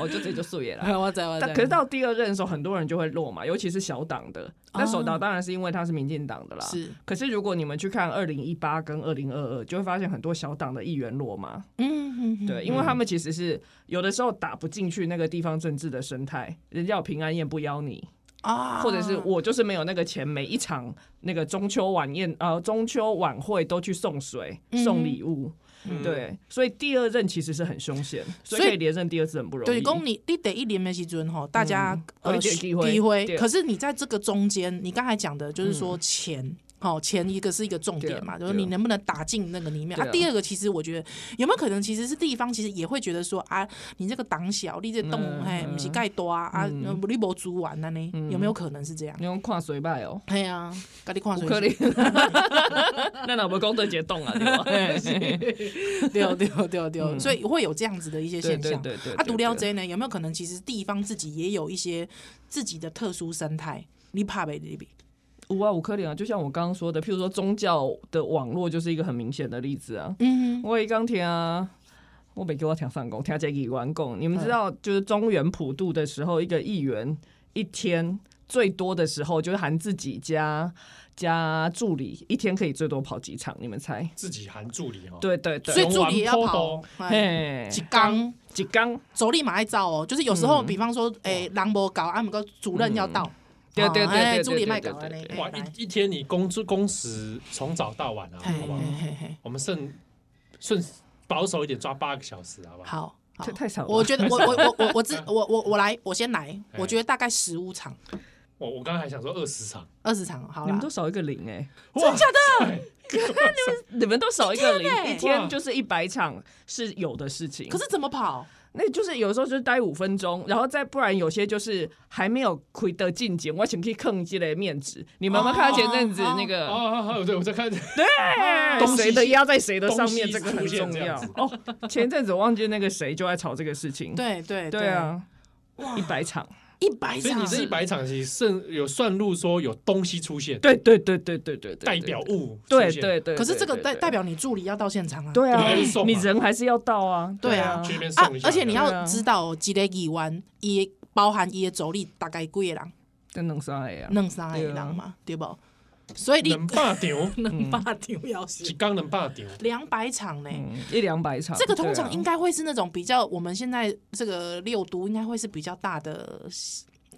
[SPEAKER 4] 我就这就水了啦。
[SPEAKER 3] 嗯，我在我
[SPEAKER 4] 但
[SPEAKER 3] 在，
[SPEAKER 4] 可是到第二任的时候，很多人就会落嘛，尤其是小党的。那首
[SPEAKER 3] 哦
[SPEAKER 4] 党当然是因为他是民进党的啦。。
[SPEAKER 3] 是
[SPEAKER 4] 可是如果你们去看二零一八跟二零二二，就会发现很多小党的议员落嘛。
[SPEAKER 3] 嗯嗯，嗯
[SPEAKER 4] 对，因为他们其实是有的时候打不进去那个地方政治的生态，人家有平安宴不邀你，
[SPEAKER 3] 啊，
[SPEAKER 4] 或者是我就是没有那个钱，每一场那个中秋晚宴呃中秋晚会都去送水
[SPEAKER 3] 嗯
[SPEAKER 4] 送礼物，
[SPEAKER 2] 嗯，
[SPEAKER 4] 对，所以第二任其实是很凶险，所
[SPEAKER 3] 所
[SPEAKER 4] 以
[SPEAKER 3] 以
[SPEAKER 4] 可以连任第二次很不容易。嗯哦
[SPEAKER 3] 对，公你你得一年的时阵吼，大家、
[SPEAKER 4] 有一
[SPEAKER 3] 呃
[SPEAKER 4] 点
[SPEAKER 3] 是
[SPEAKER 4] 机会
[SPEAKER 3] 机
[SPEAKER 4] 对嗯
[SPEAKER 3] 可是你在这个中间，你刚才讲的就是说钱。好，钱一个是一个重点嘛，就
[SPEAKER 4] 对啊
[SPEAKER 3] 是你能不能打进那个里面
[SPEAKER 4] 对
[SPEAKER 3] 啊
[SPEAKER 4] 啊？
[SPEAKER 3] 第二个，其实我觉得有没有可能，其实是地方其实也会觉得说啊，你这个党小，你这个
[SPEAKER 4] 嗯
[SPEAKER 3] 洞嘿，
[SPEAKER 4] 嗯
[SPEAKER 3] 不是盖多啊，啊
[SPEAKER 4] 嗯
[SPEAKER 3] 你没租完了呢，有没有可能是这样？
[SPEAKER 4] 你用跨水拜哦。
[SPEAKER 3] 哎呀，跟你看水
[SPEAKER 4] 不 可能，那哪有功德解冻啊？对 吧？嘿
[SPEAKER 3] 对对对对，
[SPEAKER 4] 嗯
[SPEAKER 3] 所以会有这样子的一些
[SPEAKER 4] 对
[SPEAKER 3] 现
[SPEAKER 4] 对
[SPEAKER 3] 象。
[SPEAKER 4] 对对，
[SPEAKER 3] 啊，独了
[SPEAKER 4] 对
[SPEAKER 3] 这呢，有没有可能其实地方自己也有一些自己的特殊生态？你怕没你比？
[SPEAKER 4] 五啊五颗零啊，就像我刚刚说的，譬如说宗教的网络就是一个很明显的例子啊。
[SPEAKER 3] 嗯
[SPEAKER 4] 我刚听啊，我没给我听上工，听这个完工。你们知道，就是中原普渡的时候，一个议员一天最多的时候，就是含自己加加助理，一天可以最多跑几场？你们猜？
[SPEAKER 2] 自己含助理哦哈，
[SPEAKER 4] 对对
[SPEAKER 3] 哼，所
[SPEAKER 4] 对，
[SPEAKER 3] 以助理也要跑，哎
[SPEAKER 4] 嘿，
[SPEAKER 3] 一缸
[SPEAKER 4] 几缸？
[SPEAKER 3] 走力马爱照哦，就是有时候，
[SPEAKER 4] 嗯
[SPEAKER 3] 比方说，哎，人无搞，啊，不过主任要到，
[SPEAKER 4] 嗯对对对对
[SPEAKER 3] 哎
[SPEAKER 4] 对
[SPEAKER 3] 助理卖
[SPEAKER 4] 对
[SPEAKER 3] 搞
[SPEAKER 4] 对
[SPEAKER 3] 安尼
[SPEAKER 4] 对，
[SPEAKER 2] 哇
[SPEAKER 3] 哎来
[SPEAKER 2] 一一天你工作工时从早到晚啊，
[SPEAKER 3] 嘿
[SPEAKER 2] 好不好
[SPEAKER 3] 嘿？嘿嘿
[SPEAKER 2] 我们剩顺保守一点抓八个小时，好不好？
[SPEAKER 3] 好。好
[SPEAKER 4] 这太少了吧
[SPEAKER 3] 我觉得我 我我我我自我我我来，我先来。我觉得大概十五场、
[SPEAKER 2] 我我刚才还想说二十场，
[SPEAKER 3] 二十场，好
[SPEAKER 4] 你
[SPEAKER 3] 啦
[SPEAKER 4] 们都。少一个零哎，
[SPEAKER 2] 哇，哎假
[SPEAKER 4] 你们都少一个零，
[SPEAKER 3] 欸
[SPEAKER 4] 一天就是一百场是有的事情。
[SPEAKER 3] 可是怎么跑？
[SPEAKER 4] 那就是有时候就是待五分钟，然后再不然有些就是还没有亏得进检，我请去坑积累面子。你们有没有看到前阵子
[SPEAKER 3] 哦
[SPEAKER 4] 那个、
[SPEAKER 2] 哦，哦对，我在看，
[SPEAKER 4] 哎
[SPEAKER 2] 东西
[SPEAKER 4] 谁的压在谁的上
[SPEAKER 2] 东
[SPEAKER 4] 面，
[SPEAKER 2] 西
[SPEAKER 4] 这个很
[SPEAKER 2] 出现
[SPEAKER 4] 重
[SPEAKER 2] 这
[SPEAKER 4] 要
[SPEAKER 2] 样子
[SPEAKER 4] 哦。前阵子我忘记那个谁就在吵这个事情，
[SPEAKER 3] 对对
[SPEAKER 4] 对，啊，一百场，
[SPEAKER 3] 一百
[SPEAKER 2] 所以你
[SPEAKER 3] 场
[SPEAKER 2] 这一百场其实剩有算入说有东西出现，
[SPEAKER 4] 对对对对对对对，
[SPEAKER 2] 代表物出
[SPEAKER 4] 对
[SPEAKER 2] 现
[SPEAKER 4] 对对，
[SPEAKER 3] 可是这个代
[SPEAKER 4] 代
[SPEAKER 3] 代表你助理要到现场啊。
[SPEAKER 4] 对啊
[SPEAKER 2] 对送，嘛
[SPEAKER 4] 你人还是要到啊，
[SPEAKER 3] 对
[SPEAKER 4] 啊
[SPEAKER 3] 啊，
[SPEAKER 2] 去那边
[SPEAKER 3] 啊
[SPEAKER 2] 送一！下，
[SPEAKER 3] 而且你
[SPEAKER 4] 对啊
[SPEAKER 3] 要知道哦，一个议员伊包含伊的助理大概几个人，
[SPEAKER 4] 真能上来呀，
[SPEAKER 3] 两三个人嘛，
[SPEAKER 4] 啊
[SPEAKER 3] 对不？所以你
[SPEAKER 2] 能霸 丢，
[SPEAKER 3] 能八场要
[SPEAKER 2] 几
[SPEAKER 3] 死
[SPEAKER 2] 缸能霸丢，
[SPEAKER 3] 两百场呢。
[SPEAKER 4] 嗯，一两百场，
[SPEAKER 3] 这个通
[SPEAKER 4] 对啊
[SPEAKER 3] 常应该会是那种比较，我们现在这个六都应该会是比较大的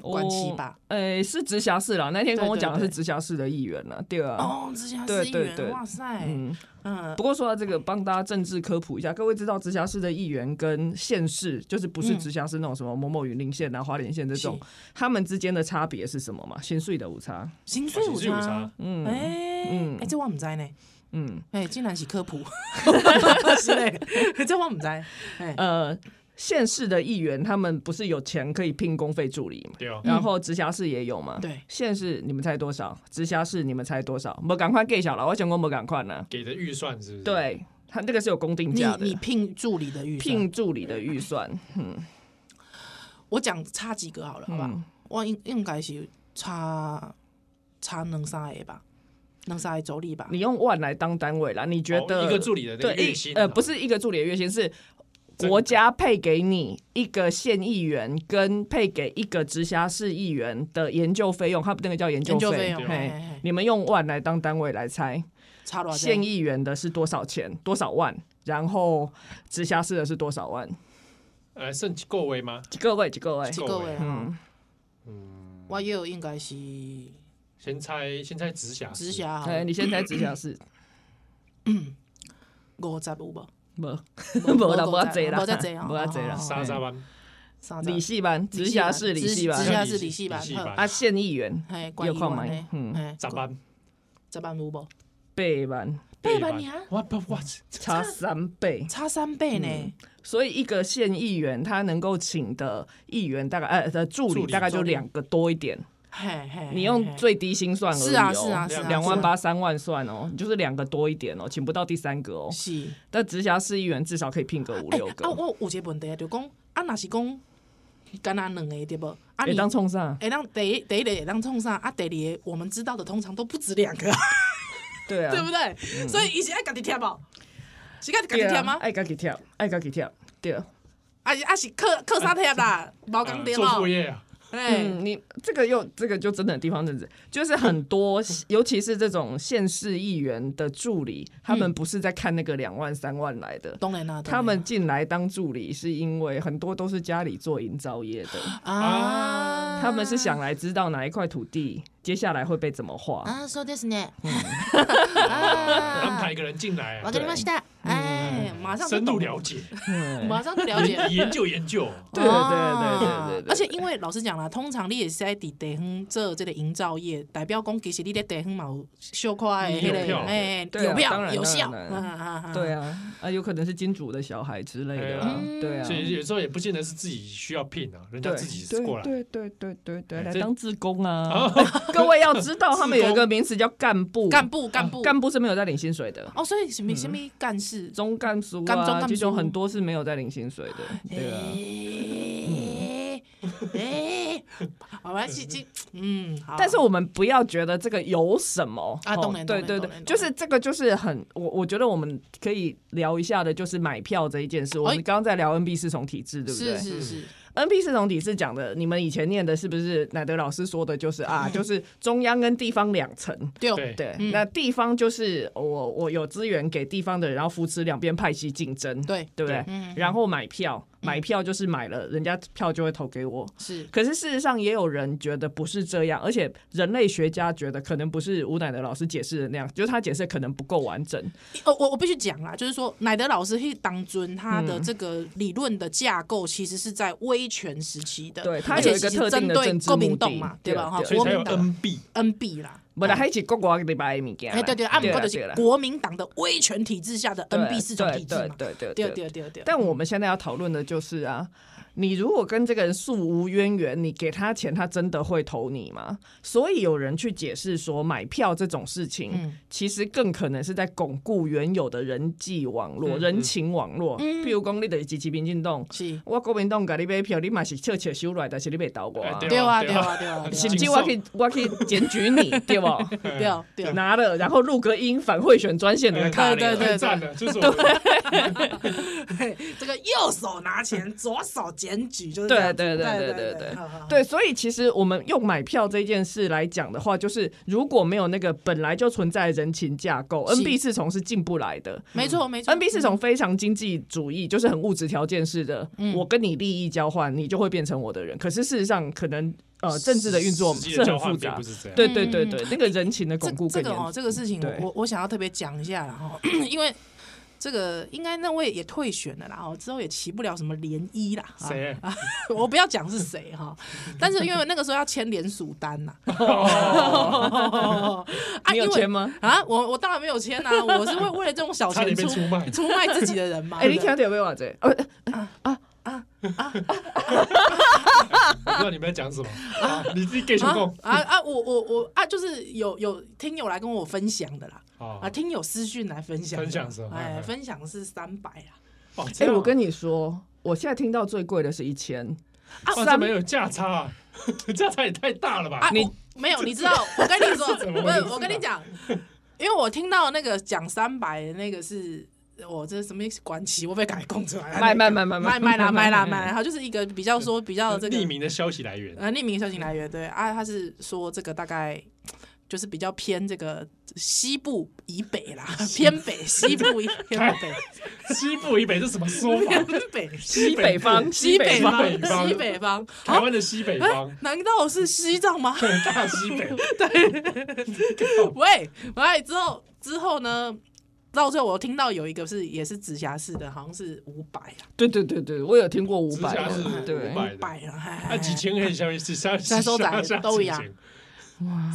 [SPEAKER 3] 关系吧？
[SPEAKER 4] 哦？呃，是直辖市啦，那天跟我讲的
[SPEAKER 3] 对
[SPEAKER 4] 是
[SPEAKER 3] 对对
[SPEAKER 4] 直辖市的议员啦，对啊。
[SPEAKER 3] 哦，直辖
[SPEAKER 4] 对
[SPEAKER 3] 市议
[SPEAKER 4] 对对
[SPEAKER 3] 员，哇塞，
[SPEAKER 4] 嗯，
[SPEAKER 3] 嗯
[SPEAKER 4] 不过说到这个，帮大家政治科普一下，各位知道直辖市的议员跟县市，就是不是
[SPEAKER 3] 嗯
[SPEAKER 4] 直辖市那种什么某某云林县啊、花莲县这种
[SPEAKER 3] 是，
[SPEAKER 4] 他们之间的差别是什么吗？薪水的误差，
[SPEAKER 3] 薪水有
[SPEAKER 2] 薪水有
[SPEAKER 3] 差
[SPEAKER 2] 差，
[SPEAKER 4] 嗯
[SPEAKER 3] 哎
[SPEAKER 4] 嗯
[SPEAKER 3] 哎，这我唔知呢，
[SPEAKER 4] 嗯，
[SPEAKER 3] 哎，竟然是科 普之类的， 这我唔知，哎，
[SPEAKER 4] 呃，县市的议员他们不是有钱可以聘公费助理吗？
[SPEAKER 2] 对哦，
[SPEAKER 4] 然后直辖市也有嘛？
[SPEAKER 3] 嗯对
[SPEAKER 4] 县市你们猜多少？直辖市你们猜多少？我赶快给小了，我想过我赶快呢。
[SPEAKER 2] 给的预算是不是？，
[SPEAKER 4] 对，它这个是有公定
[SPEAKER 3] 你
[SPEAKER 4] 价的
[SPEAKER 3] 你，聘助理的预算，
[SPEAKER 4] 聘助理的预算， 嗯，
[SPEAKER 3] 我讲差几个好了，好吧？
[SPEAKER 4] 嗯
[SPEAKER 3] 我应应该是差差两三个吧，两三个周例吧。
[SPEAKER 4] 你用万来当单位啦，你觉得、
[SPEAKER 2] 哦一个助理的那个
[SPEAKER 4] 对
[SPEAKER 2] 月
[SPEAKER 4] 一
[SPEAKER 2] 薪啊哦
[SPEAKER 4] 呃不是一个助理的月薪是。国家配给你一个县议员跟配给一个直辖市议员的研究费用，他那个叫研
[SPEAKER 3] 研究
[SPEAKER 4] 费
[SPEAKER 3] 费用，
[SPEAKER 2] 对
[SPEAKER 3] 嘿
[SPEAKER 4] 嘿
[SPEAKER 3] 嘿嘿
[SPEAKER 4] 你们用万来当单位来猜，
[SPEAKER 3] 差多少？
[SPEAKER 4] 县议员的是多少钱，多少万，然后直辖市的是多少万？
[SPEAKER 2] 呃，剩够位吗？
[SPEAKER 4] 几个位？几个位？
[SPEAKER 3] 几个位？啊
[SPEAKER 4] 嗯，
[SPEAKER 3] 我也有应该是
[SPEAKER 2] 先猜先猜直辖市
[SPEAKER 3] 直辖好了
[SPEAKER 4] 哎，你先猜直辖 市，
[SPEAKER 3] 五十有无？
[SPEAKER 4] 无
[SPEAKER 3] 无
[SPEAKER 4] 无啦，无啊
[SPEAKER 3] 侪
[SPEAKER 4] 侪啦，
[SPEAKER 3] 无侪啦，
[SPEAKER 4] 无啊侪啦，
[SPEAKER 3] 哦
[SPEAKER 2] 沙沙湾
[SPEAKER 3] 三十
[SPEAKER 4] 理系班，直辖市理系
[SPEAKER 3] 直直
[SPEAKER 4] 班，
[SPEAKER 3] 辖市理系班
[SPEAKER 2] 理系
[SPEAKER 3] 好
[SPEAKER 4] 啊，县议员
[SPEAKER 3] 嘿，
[SPEAKER 4] 有
[SPEAKER 3] 管
[SPEAKER 4] 空吗
[SPEAKER 3] 嘿
[SPEAKER 4] 嗯
[SPEAKER 3] 嘿
[SPEAKER 2] 咋班
[SPEAKER 3] 十万有无？
[SPEAKER 4] 八班，
[SPEAKER 3] 八万尔，
[SPEAKER 2] 我不我
[SPEAKER 4] 差三倍，
[SPEAKER 3] 差三倍
[SPEAKER 4] 嗯
[SPEAKER 3] 呢。
[SPEAKER 4] 所以一个县议员他能够请的议员大概呃的助
[SPEAKER 2] 助
[SPEAKER 4] 理
[SPEAKER 2] 理
[SPEAKER 4] 大概
[SPEAKER 2] 助
[SPEAKER 4] 就
[SPEAKER 2] 理
[SPEAKER 4] 两个多一点，
[SPEAKER 3] 嘿嘿，
[SPEAKER 4] 你
[SPEAKER 3] 嘿
[SPEAKER 4] 用
[SPEAKER 3] 嘿
[SPEAKER 4] 最低薪算而已哦，
[SPEAKER 3] 是啊是啊是啊，
[SPEAKER 4] 两
[SPEAKER 3] 是
[SPEAKER 4] 万
[SPEAKER 3] 啊
[SPEAKER 4] 八三万算哦，你就是两个多一点哦，请不到第三个哦。
[SPEAKER 3] 是。
[SPEAKER 4] 但直辖市议员至少可以聘个五
[SPEAKER 3] 哎
[SPEAKER 4] 六
[SPEAKER 3] 啊，
[SPEAKER 4] 个，
[SPEAKER 3] 我有一个问题啊，就讲啊，若是讲干那两个对不？啊，
[SPEAKER 4] 你
[SPEAKER 3] 你
[SPEAKER 4] 当冲上，
[SPEAKER 3] 会当第一第一个会当冲啥啊？第二个我们知道的通常都不止两个啊，
[SPEAKER 4] 对啊，
[SPEAKER 3] 对不对？
[SPEAKER 2] 嗯
[SPEAKER 3] 所以伊是爱家己贴无，是家己家己
[SPEAKER 4] 对
[SPEAKER 3] 贴
[SPEAKER 4] 啊
[SPEAKER 3] 吗？
[SPEAKER 4] 爱家己跳，爱家己跳，对啊。
[SPEAKER 3] 啊是啊是靠靠啥贴啦？毛
[SPEAKER 2] 呃
[SPEAKER 3] 讲贴
[SPEAKER 2] 做
[SPEAKER 3] 咯
[SPEAKER 2] 副，业啊，
[SPEAKER 3] 哎，
[SPEAKER 4] 嗯，你这个又这个就真的地方政治，就是
[SPEAKER 3] 嗯
[SPEAKER 4] 很多，尤其是这种县市议员的助理，他
[SPEAKER 3] 嗯
[SPEAKER 4] 们不是在看那个两万三万来的，
[SPEAKER 3] 当然啦，当然啦
[SPEAKER 4] 他们进来当助理是因为很多都是家里做营造业的，
[SPEAKER 3] 啊，
[SPEAKER 4] 他们是想来知道哪一块土地接下来会被怎么画。
[SPEAKER 3] 啊，そうですね。
[SPEAKER 2] 嗯安
[SPEAKER 3] 啊
[SPEAKER 2] 排一，个人进来
[SPEAKER 3] わ
[SPEAKER 2] 啊，
[SPEAKER 3] かりました。哎，马上就
[SPEAKER 2] 深入
[SPEAKER 3] 懂
[SPEAKER 2] 了解，
[SPEAKER 4] 嗯
[SPEAKER 3] 马上就了解了
[SPEAKER 2] 研。 研究研究，
[SPEAKER 4] 对对对对对对，
[SPEAKER 3] 哦啊而且因为老实讲啦，通常你也是在地地方做这个营造业，代表讲其实你在地方嘛有小块的那
[SPEAKER 2] 有票
[SPEAKER 3] 个，哎，
[SPEAKER 4] 嗯对啊
[SPEAKER 3] 有
[SPEAKER 4] 当
[SPEAKER 3] 票
[SPEAKER 4] 然
[SPEAKER 3] 有效，
[SPEAKER 4] 当然
[SPEAKER 3] 啊
[SPEAKER 4] 对，啊，啊，有可能是金主的小孩之类的啊，对啊
[SPEAKER 2] 所，以有时候也不见得是自己需要聘啊，人家
[SPEAKER 4] 对
[SPEAKER 2] 自己过来。
[SPEAKER 4] 对对对对对，
[SPEAKER 2] 哎
[SPEAKER 4] 来
[SPEAKER 2] 这哦
[SPEAKER 4] 当志工啊！各位要知道，他们有一个名词叫干部，
[SPEAKER 3] 干部干部
[SPEAKER 4] 干部是没有在领薪水的，
[SPEAKER 3] 哦，所以什么什么干事，
[SPEAKER 4] 中干叔
[SPEAKER 3] 干中干
[SPEAKER 4] 啊，
[SPEAKER 3] 叔
[SPEAKER 4] 这种很多是没有在领薪水的，对啊。
[SPEAKER 3] 哎哎，好吧，是这，嗯，好
[SPEAKER 4] 但是我们不要觉得这个有什么
[SPEAKER 3] 啊
[SPEAKER 4] 哦
[SPEAKER 3] 懂了
[SPEAKER 4] 对
[SPEAKER 3] 懂了
[SPEAKER 4] 对
[SPEAKER 3] 懂
[SPEAKER 4] 对
[SPEAKER 3] 了懂，了
[SPEAKER 4] 就是这个就是很我我觉得我们可以聊一下的，就是买票这一件事。我们刚刚在聊 NB 四重体制，对不对
[SPEAKER 3] 哎是是是，
[SPEAKER 4] ？NB 四重体制讲的，你们以前念的是不是乃德老师说的，就是啊，就是中央跟地方两层，
[SPEAKER 3] 对
[SPEAKER 2] 对
[SPEAKER 4] 对，
[SPEAKER 3] 嗯
[SPEAKER 4] 那地方就是我我有资源给地方的人，然后扶持两边派系竞争，
[SPEAKER 3] 对
[SPEAKER 4] 对不对？
[SPEAKER 3] 嗯
[SPEAKER 4] 然后买票，买票就是买了，人家票就会投给我。
[SPEAKER 3] 是
[SPEAKER 4] 可是事实上，也有人觉得不是这样，而且人类学家觉得可能不是吴乃德老师解释的那样，就是他解释可能不够完整。
[SPEAKER 3] 哦，我我必须讲啦，就是说，乃德老师去当尊他
[SPEAKER 4] 嗯
[SPEAKER 3] 的这个理论的架构，其实是在威权时期的，
[SPEAKER 4] 对他
[SPEAKER 3] 而且
[SPEAKER 4] 有一个
[SPEAKER 3] 其实
[SPEAKER 4] 特定
[SPEAKER 3] 针
[SPEAKER 4] 的
[SPEAKER 3] 对
[SPEAKER 4] 政治
[SPEAKER 3] 国
[SPEAKER 4] 目
[SPEAKER 3] 民
[SPEAKER 4] 的
[SPEAKER 3] 党嘛，
[SPEAKER 4] 对
[SPEAKER 3] 对吧？哈，
[SPEAKER 4] 对
[SPEAKER 2] 所以
[SPEAKER 3] 国
[SPEAKER 2] 才有
[SPEAKER 3] 民党
[SPEAKER 2] NB，
[SPEAKER 3] NB 啦，
[SPEAKER 4] 本来还一起国国礼拜米
[SPEAKER 3] 哎，对对，阿姆
[SPEAKER 4] 啊对
[SPEAKER 3] 克
[SPEAKER 4] 啦
[SPEAKER 3] 就
[SPEAKER 4] 对
[SPEAKER 3] 是
[SPEAKER 4] 啦
[SPEAKER 3] 国民党的威权体制下的 NB 四种
[SPEAKER 4] 对
[SPEAKER 3] 体制嘛，
[SPEAKER 4] 对
[SPEAKER 3] 对
[SPEAKER 4] 对对。
[SPEAKER 3] 对对对，
[SPEAKER 4] 但我们现在要讨论的就是啊，你如果跟这个人素无渊源，你给他钱，他真的会投你吗？所以有人去解释说，买票这种事情，
[SPEAKER 3] 嗯
[SPEAKER 4] 其实更可能是在巩固原有的人际网络、
[SPEAKER 2] 嗯
[SPEAKER 4] 人情网络。
[SPEAKER 3] 嗯
[SPEAKER 4] 譬如讲，你得支持民进党，
[SPEAKER 3] 是，
[SPEAKER 4] 我国民党给你买票，你嘛是笑笑收来，但是你袂投我、
[SPEAKER 2] 哎
[SPEAKER 4] 啊。
[SPEAKER 2] 对
[SPEAKER 3] 对啊
[SPEAKER 2] 啊
[SPEAKER 3] 对啊对啊，对
[SPEAKER 4] 甚
[SPEAKER 3] 啊
[SPEAKER 2] 是
[SPEAKER 4] 至我可以，我可以检举你，对 不？
[SPEAKER 3] 对啊对啊，
[SPEAKER 4] 拿了，然后录个音反贿选专线的卡
[SPEAKER 3] 对对对
[SPEAKER 4] 里。
[SPEAKER 2] 太赞了，就是我们
[SPEAKER 3] 这个右手拿钱，左手检举，就是
[SPEAKER 4] 对啊
[SPEAKER 3] 这样子
[SPEAKER 4] 对对
[SPEAKER 3] 对
[SPEAKER 4] 对
[SPEAKER 3] 对
[SPEAKER 4] 对对
[SPEAKER 3] 好好好
[SPEAKER 4] 对，所以其实我们用买票这件事来讲的话，就是如果没有那个本来就存在的人情架构
[SPEAKER 3] 是
[SPEAKER 4] ，NB 四重是进不来的。
[SPEAKER 3] 没错没错嗯
[SPEAKER 4] NB 四重非常经济主义，就是很物质条件式的，
[SPEAKER 3] 嗯
[SPEAKER 4] 我跟你利益交换，你就会变成我的人。可是事实上，可能呃政治的运作
[SPEAKER 2] 实际
[SPEAKER 4] 是
[SPEAKER 2] 的
[SPEAKER 4] 很
[SPEAKER 2] 交
[SPEAKER 4] 复
[SPEAKER 2] 换并
[SPEAKER 4] 杂
[SPEAKER 2] 不。是这样。
[SPEAKER 4] 对对对对，那个人情的巩固
[SPEAKER 3] 嗯哎这
[SPEAKER 4] 更
[SPEAKER 3] 这个
[SPEAKER 4] 严
[SPEAKER 3] 哦，这个事情我
[SPEAKER 4] 对
[SPEAKER 3] 我我想要特别讲一下啦哈，因为这个应该那位也退选了啦哦，之后也起不了什么涟漪啦。啊
[SPEAKER 2] 谁？
[SPEAKER 3] 我不要讲是谁哈，但是因为那个时候要签联署单呐，啊，
[SPEAKER 2] 哦
[SPEAKER 4] 你
[SPEAKER 3] 因
[SPEAKER 4] 有签
[SPEAKER 3] 为
[SPEAKER 4] 吗？
[SPEAKER 3] 啊，我我当然没有签啊，我是会为了这种小
[SPEAKER 2] 差点
[SPEAKER 3] 钱
[SPEAKER 2] 被
[SPEAKER 3] 出
[SPEAKER 2] 出卖
[SPEAKER 3] 出卖自己的人嘛。
[SPEAKER 4] 哎，你
[SPEAKER 3] 对不对
[SPEAKER 4] 听到没有啊？这呃啊啊
[SPEAKER 2] 我不知道你们在讲什么，啊你自己给什么供
[SPEAKER 3] 啊啊！我我我啊，就是有有听友来跟我分享的啦，啊，
[SPEAKER 2] 啊？
[SPEAKER 3] 听友私讯来分享的，
[SPEAKER 2] 分享是吧哎
[SPEAKER 3] 哎，
[SPEAKER 2] 哎
[SPEAKER 3] 分享是三百啊啦，
[SPEAKER 2] 哦，
[SPEAKER 4] 哎、
[SPEAKER 2] 这样
[SPEAKER 4] 我跟你说，我现在听到最贵的是一千，
[SPEAKER 3] 啊
[SPEAKER 2] 哇，这没有价差啊， 价差也太大了吧？
[SPEAKER 3] 啊，
[SPEAKER 4] 你
[SPEAKER 3] 我没有，你知道，我跟你说，
[SPEAKER 2] 这怎么
[SPEAKER 3] 不
[SPEAKER 2] 回事
[SPEAKER 3] 是
[SPEAKER 2] 啊，
[SPEAKER 3] 我跟你讲，因为我听到那个讲三百的那个是。我这什么管期，我被改供出来了。
[SPEAKER 4] 卖卖卖卖
[SPEAKER 3] 卖
[SPEAKER 4] 卖
[SPEAKER 3] 卖啦卖啦卖啦，然后就是一个比较说比哦较这个
[SPEAKER 2] 匿名的消息来源，
[SPEAKER 3] 呃，匿名消息来源对啊，他是说这个大概就是比较偏这个西部以北啦，偏北西部以偏北
[SPEAKER 2] 西部以北是什么说法？
[SPEAKER 3] 偏北
[SPEAKER 4] 西北方，
[SPEAKER 3] 西北
[SPEAKER 4] 北
[SPEAKER 2] 方
[SPEAKER 3] 方西北方，
[SPEAKER 2] 台湾的西北方，
[SPEAKER 3] 难道是西藏吗？
[SPEAKER 2] 大西北，
[SPEAKER 3] 喂喂，之后之后呢？到最后我听到有一个是也是直辖市的，好像是五百啊，
[SPEAKER 4] 对对对对，我有听过五
[SPEAKER 2] 直
[SPEAKER 4] 百
[SPEAKER 2] 辖市
[SPEAKER 4] 的，对
[SPEAKER 2] 五，百的，
[SPEAKER 3] 百啊，哎
[SPEAKER 2] 那几千个人下面是下
[SPEAKER 3] 三收窄都一样，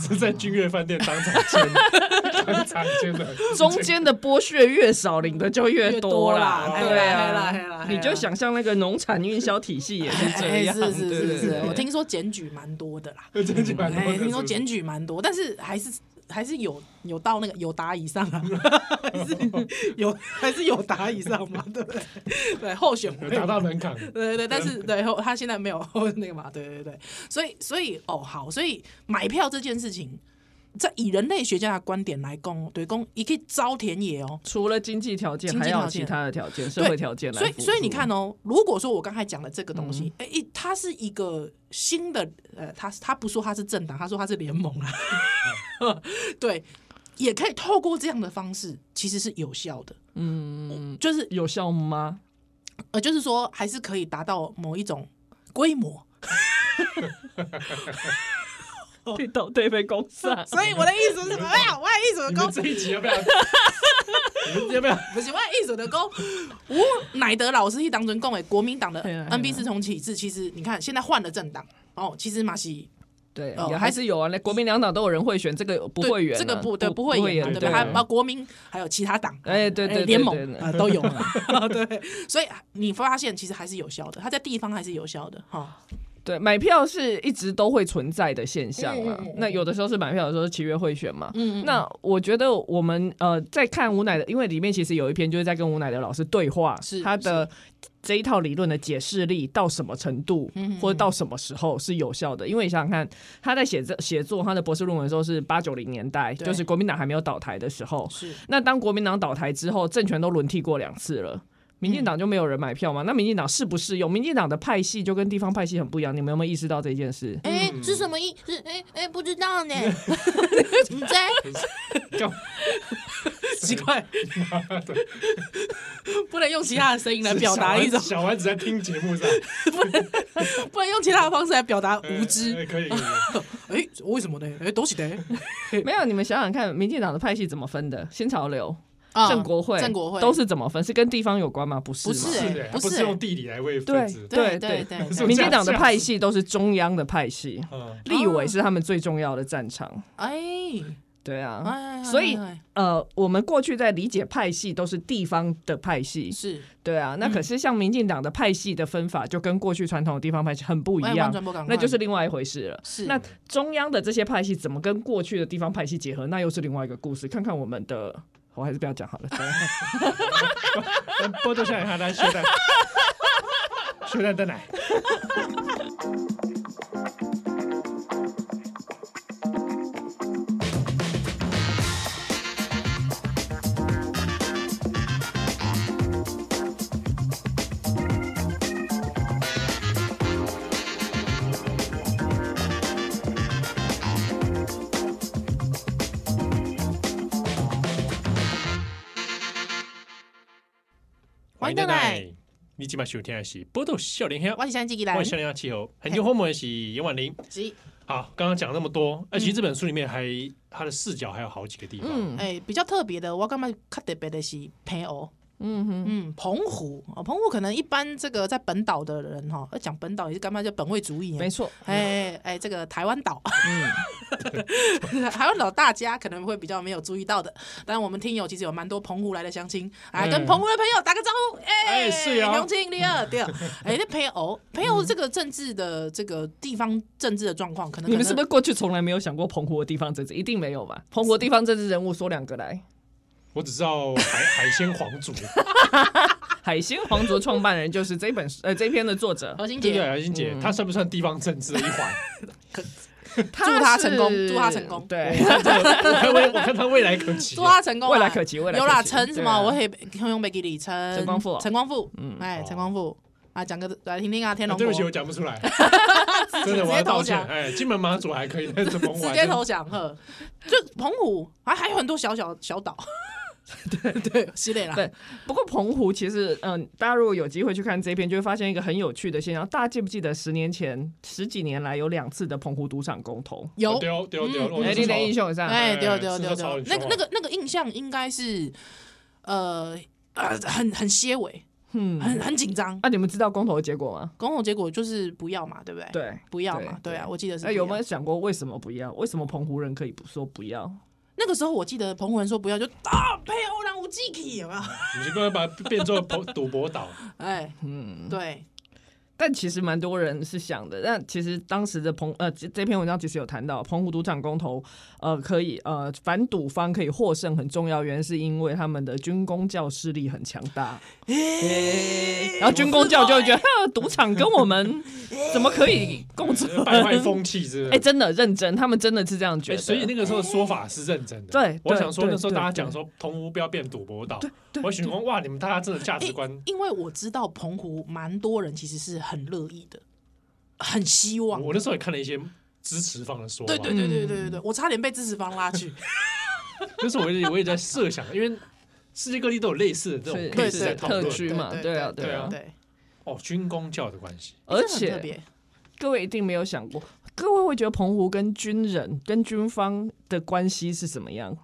[SPEAKER 2] 是在君悦饭店当场签，当场签的，
[SPEAKER 4] 中间的剥削越少，领的就越
[SPEAKER 3] 越
[SPEAKER 4] 多
[SPEAKER 3] 啦，哎
[SPEAKER 4] 对
[SPEAKER 3] 嘿啦嘿
[SPEAKER 4] 啊。
[SPEAKER 3] 啦，嘿啦
[SPEAKER 4] 你就想象那个农产运销体系也是这
[SPEAKER 3] 哎
[SPEAKER 4] 样，
[SPEAKER 3] 是是
[SPEAKER 4] 对
[SPEAKER 3] 是
[SPEAKER 4] 对
[SPEAKER 3] 是
[SPEAKER 4] 对，
[SPEAKER 3] 我听说检举蛮多的啦，
[SPEAKER 2] 真的蛮多的
[SPEAKER 3] 哎，听说
[SPEAKER 2] 是
[SPEAKER 3] 检举蛮多，但是还是还是有有到那个有达以上啊， 还是有还是有达以上嘛，对不对？对，候选
[SPEAKER 2] 不
[SPEAKER 3] 会
[SPEAKER 2] 是达到门槛，
[SPEAKER 3] 对对对，但是对后他现在没有 那个嘛，对对对，所以所以哦好，所以买票这件事情，在以人类学家的观点来讲，对讲也可以招田野哦。
[SPEAKER 4] 除了经济条件，
[SPEAKER 3] 经济
[SPEAKER 4] 还
[SPEAKER 3] 条
[SPEAKER 4] 要有
[SPEAKER 3] 件
[SPEAKER 4] 其他的条件、社
[SPEAKER 3] 对
[SPEAKER 4] 会条件来
[SPEAKER 3] 所以
[SPEAKER 4] 辅助嗯
[SPEAKER 3] 所以你看哦，如果说我刚才讲的这个东西，哎、一它是一个新的，呃，他他不说他是政党，他说他是联盟啊， 对，也可以透过这样的方式，其实是有效的，嗯，就是
[SPEAKER 4] 有效吗？
[SPEAKER 3] 呃，就是说还是可以达到某一种规模。哦
[SPEAKER 4] 对 到对被攻 上，
[SPEAKER 3] 所以我的意思是，哎呀，我的意思
[SPEAKER 2] 你
[SPEAKER 3] 是
[SPEAKER 2] 们
[SPEAKER 3] 说，
[SPEAKER 2] 这一集要不要？你们要不要？
[SPEAKER 3] 不是我的意思的讲，吴乃德老师去当中讲诶，国民党的
[SPEAKER 4] 嘿啦嘿啦
[SPEAKER 3] NB 四重启制，其实你看现在换了政党哦，其实马西
[SPEAKER 4] 对，
[SPEAKER 3] 哦
[SPEAKER 4] 也
[SPEAKER 3] 还
[SPEAKER 4] 还是有啊。那国民两党都有人会选，这个不
[SPEAKER 3] 对
[SPEAKER 4] 会员啊，
[SPEAKER 3] 这个不对不会
[SPEAKER 4] 会
[SPEAKER 3] 演嘛，对
[SPEAKER 4] 对啊
[SPEAKER 3] 吧？还有包括国民，还有其他党，
[SPEAKER 4] 哎对对
[SPEAKER 3] 哎
[SPEAKER 4] 对
[SPEAKER 3] 联
[SPEAKER 4] 对
[SPEAKER 3] 盟
[SPEAKER 4] 对
[SPEAKER 3] 啊都有了， 对，所以你发现其实还是有效的，它在地方还是有效的哈。
[SPEAKER 4] 对，买票是一直都会存在的现象啊。
[SPEAKER 3] 嗯嗯嗯
[SPEAKER 4] 那有的时候是买票，有的时候是七月会选嘛。
[SPEAKER 3] 嗯嗯
[SPEAKER 4] 那我觉得我们呃在看吴乃的，因为里面其实有一篇就是在跟吴乃的老师对话，
[SPEAKER 3] 是
[SPEAKER 4] 他的这一套理论的解释力到什么程度，
[SPEAKER 3] 嗯
[SPEAKER 4] 或者到什么时候是有效的。因为你想想看，他在写这写作他的博士论文的时候是八九零年代，
[SPEAKER 3] 对
[SPEAKER 4] 就是国民党还没有倒台的时候。
[SPEAKER 3] 是
[SPEAKER 4] 那当国民党倒台之后，政权都轮替过两次了。民进党就没有人买票嘛？那民进党适不适用？民进党的派系就跟地方派系很不一样，你们有没有意识到这件事？
[SPEAKER 1] 哎、是什么意？是哎哎，不知道呢。你在
[SPEAKER 2] 干嘛
[SPEAKER 3] 奇 怪，不能用其他的声音来表达一种，
[SPEAKER 2] 小丸子在听节目上，
[SPEAKER 3] 不能用其他的方式来表达
[SPEAKER 2] 呃
[SPEAKER 3] 无知。
[SPEAKER 2] 呃可以可以。
[SPEAKER 3] 哎，为什么呢？哎，都是的
[SPEAKER 4] 没有，你们想想看，民进党的派系怎么分的？新潮流、
[SPEAKER 3] 啊
[SPEAKER 4] 郑国会、
[SPEAKER 3] 郑国会
[SPEAKER 4] 都是怎么分？是跟地方有关吗？不是
[SPEAKER 3] 不
[SPEAKER 4] 嘛，
[SPEAKER 3] 是哎
[SPEAKER 2] 是的，
[SPEAKER 3] 不
[SPEAKER 2] 不
[SPEAKER 3] 是
[SPEAKER 2] 是用地理来为分
[SPEAKER 4] 对
[SPEAKER 2] 子，
[SPEAKER 3] 对
[SPEAKER 4] 对
[SPEAKER 3] 对
[SPEAKER 4] 对
[SPEAKER 3] 对，
[SPEAKER 2] 对
[SPEAKER 4] 民进党的派系都是中央的派系，
[SPEAKER 2] 嗯，
[SPEAKER 4] 立
[SPEAKER 3] 哦
[SPEAKER 4] 委是他们最重要的战场。
[SPEAKER 3] 哎
[SPEAKER 4] 对啊，
[SPEAKER 3] 哎，
[SPEAKER 4] 所以
[SPEAKER 3] 哎
[SPEAKER 4] 呃，我们过去在理解派系都是地方的派系，
[SPEAKER 3] 哎是
[SPEAKER 4] 对啊，
[SPEAKER 3] 嗯
[SPEAKER 4] 那可是像民进党的派系的分法，就跟过去传统的地方派系很不一
[SPEAKER 3] 哎完
[SPEAKER 4] 样
[SPEAKER 3] 全不赶，快
[SPEAKER 4] 那就是另外一回事了。
[SPEAKER 3] 是
[SPEAKER 4] 那中央的这些派系怎么跟过去的地方派系结合，那又是另外一个故事。看看我们的，我还是不要讲好了。啊
[SPEAKER 2] 那波多少年哈来学蛋，学蛋蛋奶。
[SPEAKER 3] 欢迎回来，
[SPEAKER 2] 你今晚收听的是《波多笑脸香》，
[SPEAKER 3] 我是想自己来
[SPEAKER 2] 我，笑脸香气候，很久后面是严婉玲。
[SPEAKER 3] 是
[SPEAKER 2] 好，刚刚讲那么多，哎，其实这本书里面还它的视角还有好几个地方，
[SPEAKER 4] 嗯，
[SPEAKER 3] 哎比较特别的，我感觉较特别的是配偶
[SPEAKER 4] 嗯哼，
[SPEAKER 3] 嗯，澎湖哦，澎湖可能一般这个在本岛的人哈，呃讲本岛也是干嘛叫本位主义啊
[SPEAKER 4] 没。错，
[SPEAKER 3] 哎哎，这个台湾岛，
[SPEAKER 4] 嗯，
[SPEAKER 3] 台湾岛大家可能会比较没有注意到的，但我们听友其实有蛮多澎湖来的乡亲，来
[SPEAKER 2] 嗯
[SPEAKER 3] 跟澎湖的朋友打个招呼，哎，
[SPEAKER 2] 哎是
[SPEAKER 4] 哦
[SPEAKER 2] 啊
[SPEAKER 3] 永庆第二第二，哎，那朋友朋友
[SPEAKER 4] 嗯
[SPEAKER 3] 这个政治的这个地方政治的状况，可能
[SPEAKER 4] 你们是不
[SPEAKER 3] 是？
[SPEAKER 4] 是过去从来没有想过澎湖的地方政治？一定没有吧？澎湖的地方政治人物说两个来，
[SPEAKER 2] 我只知道海 海鲜皇族，
[SPEAKER 4] 海星皇族创办人就是这本书呃这篇的作者，
[SPEAKER 3] 何心
[SPEAKER 2] 对不对？
[SPEAKER 3] 姐，
[SPEAKER 2] 海星姐，她算不算地方政治的一环？
[SPEAKER 3] 祝他成功
[SPEAKER 4] 是
[SPEAKER 3] 祝他成功
[SPEAKER 4] 对，
[SPEAKER 2] 我看未我看她未来可期
[SPEAKER 3] 祝。他成功啊，
[SPEAKER 4] 未来可期，未来
[SPEAKER 3] 有啦，
[SPEAKER 4] 可期
[SPEAKER 3] 陈什么？我
[SPEAKER 4] 对啊
[SPEAKER 3] 也通用北给李陈
[SPEAKER 4] 陈光复哦
[SPEAKER 3] 陈光复，
[SPEAKER 4] 嗯
[SPEAKER 3] 哎，
[SPEAKER 2] 哦
[SPEAKER 3] 陈光复啊，讲个来听听啊，天
[SPEAKER 2] 啊
[SPEAKER 3] 龙
[SPEAKER 2] 对
[SPEAKER 3] 国
[SPEAKER 2] 不起，我
[SPEAKER 3] 直
[SPEAKER 2] 讲不出来，真的我
[SPEAKER 3] 直接
[SPEAKER 2] 要
[SPEAKER 3] 投
[SPEAKER 2] 道歉。
[SPEAKER 3] 降
[SPEAKER 2] 哎，金门马祖还可以， 但是澎湖还
[SPEAKER 3] 接
[SPEAKER 2] 真
[SPEAKER 3] 投降呵， 就澎湖啊，还有很多小小小岛，对对， 西磊啦，
[SPEAKER 4] 对不过澎湖其实，嗯、大家如果有机会去看这篇，就会发现一个很有趣的现象。大家记不记得十年前、十几年来有两次的澎湖赌场公投？
[SPEAKER 3] 有
[SPEAKER 2] 丢丢丢，
[SPEAKER 3] 嗯
[SPEAKER 2] 哦我
[SPEAKER 4] 哎、
[SPEAKER 2] 那
[SPEAKER 4] 你
[SPEAKER 2] 时
[SPEAKER 4] 的
[SPEAKER 2] 候
[SPEAKER 4] 印象上，
[SPEAKER 3] 哎，
[SPEAKER 2] 哎
[SPEAKER 3] 对对
[SPEAKER 2] 是
[SPEAKER 3] 对
[SPEAKER 2] 说草
[SPEAKER 3] 对，哦
[SPEAKER 2] 原
[SPEAKER 3] 那个
[SPEAKER 2] 说
[SPEAKER 3] 那个那个印象应该是呃呃很很些微，
[SPEAKER 4] 嗯，
[SPEAKER 3] 很很紧张。
[SPEAKER 4] 啊，你们知道公投的结果吗？
[SPEAKER 3] 公投结果就是不要嘛，对不对？，
[SPEAKER 4] 对，
[SPEAKER 3] 不要嘛，
[SPEAKER 4] 对
[SPEAKER 3] 对啊，我记得是
[SPEAKER 4] 那、
[SPEAKER 3] 不
[SPEAKER 4] 有
[SPEAKER 3] 要
[SPEAKER 4] 没有想过为什么不要？为什么澎湖人可以不说不要？
[SPEAKER 3] 那个时候我记得澎湖人说不要就啊，配欧郎无忌体有没有？
[SPEAKER 2] 你就不要把它变做赌赌博岛，
[SPEAKER 3] 哎，
[SPEAKER 4] 嗯，
[SPEAKER 3] 对，
[SPEAKER 4] 但其实蛮多人是想的。但其实当时的澎呃这这篇文章其实有谈到澎湖赌场公投，呃，可以呃反赌方可以获胜很重要，原因是因为他们的军工教势力很强大。
[SPEAKER 3] 然
[SPEAKER 4] 然后军工教就会觉得， 哈赌场跟我们怎么可以共存？
[SPEAKER 2] 败坏风气之类
[SPEAKER 4] 哎，
[SPEAKER 2] 的。
[SPEAKER 4] 真的认真，他们真的是这样觉
[SPEAKER 2] 哎，
[SPEAKER 4] 得。
[SPEAKER 2] 所以那个时候的说法是认真的。
[SPEAKER 4] 对
[SPEAKER 2] 我
[SPEAKER 4] 对
[SPEAKER 2] 想说
[SPEAKER 4] 对
[SPEAKER 2] 那时候
[SPEAKER 4] 对
[SPEAKER 2] 大家
[SPEAKER 4] 对
[SPEAKER 2] 讲说澎湖不要变赌博岛
[SPEAKER 4] 对，
[SPEAKER 2] 我想说哇，你们大家真的价值观
[SPEAKER 3] 因为我知道澎湖蛮多人其实是很乐意的，很希望的。
[SPEAKER 2] 我那时候也看了一些支持方的说法，
[SPEAKER 3] 对对对对对
[SPEAKER 4] 嗯
[SPEAKER 3] 对对，我差点被支持方拉去。
[SPEAKER 2] 那时候我也我也在设想，因为世界各地都有类似的这种
[SPEAKER 4] 是
[SPEAKER 2] case
[SPEAKER 3] 对
[SPEAKER 2] 在
[SPEAKER 3] 对
[SPEAKER 2] 讨
[SPEAKER 4] 特
[SPEAKER 2] 论
[SPEAKER 4] 区嘛，
[SPEAKER 3] 对
[SPEAKER 4] 对啊，
[SPEAKER 3] 对
[SPEAKER 4] 对
[SPEAKER 2] 对啊
[SPEAKER 4] 啊。
[SPEAKER 3] 对，
[SPEAKER 2] 哦，军工教的关系，
[SPEAKER 3] 这
[SPEAKER 4] 而
[SPEAKER 3] 很特
[SPEAKER 4] 且
[SPEAKER 3] 别
[SPEAKER 4] 各位一定没有想过，各位会觉得澎湖跟军人、跟军方的关系是怎么样？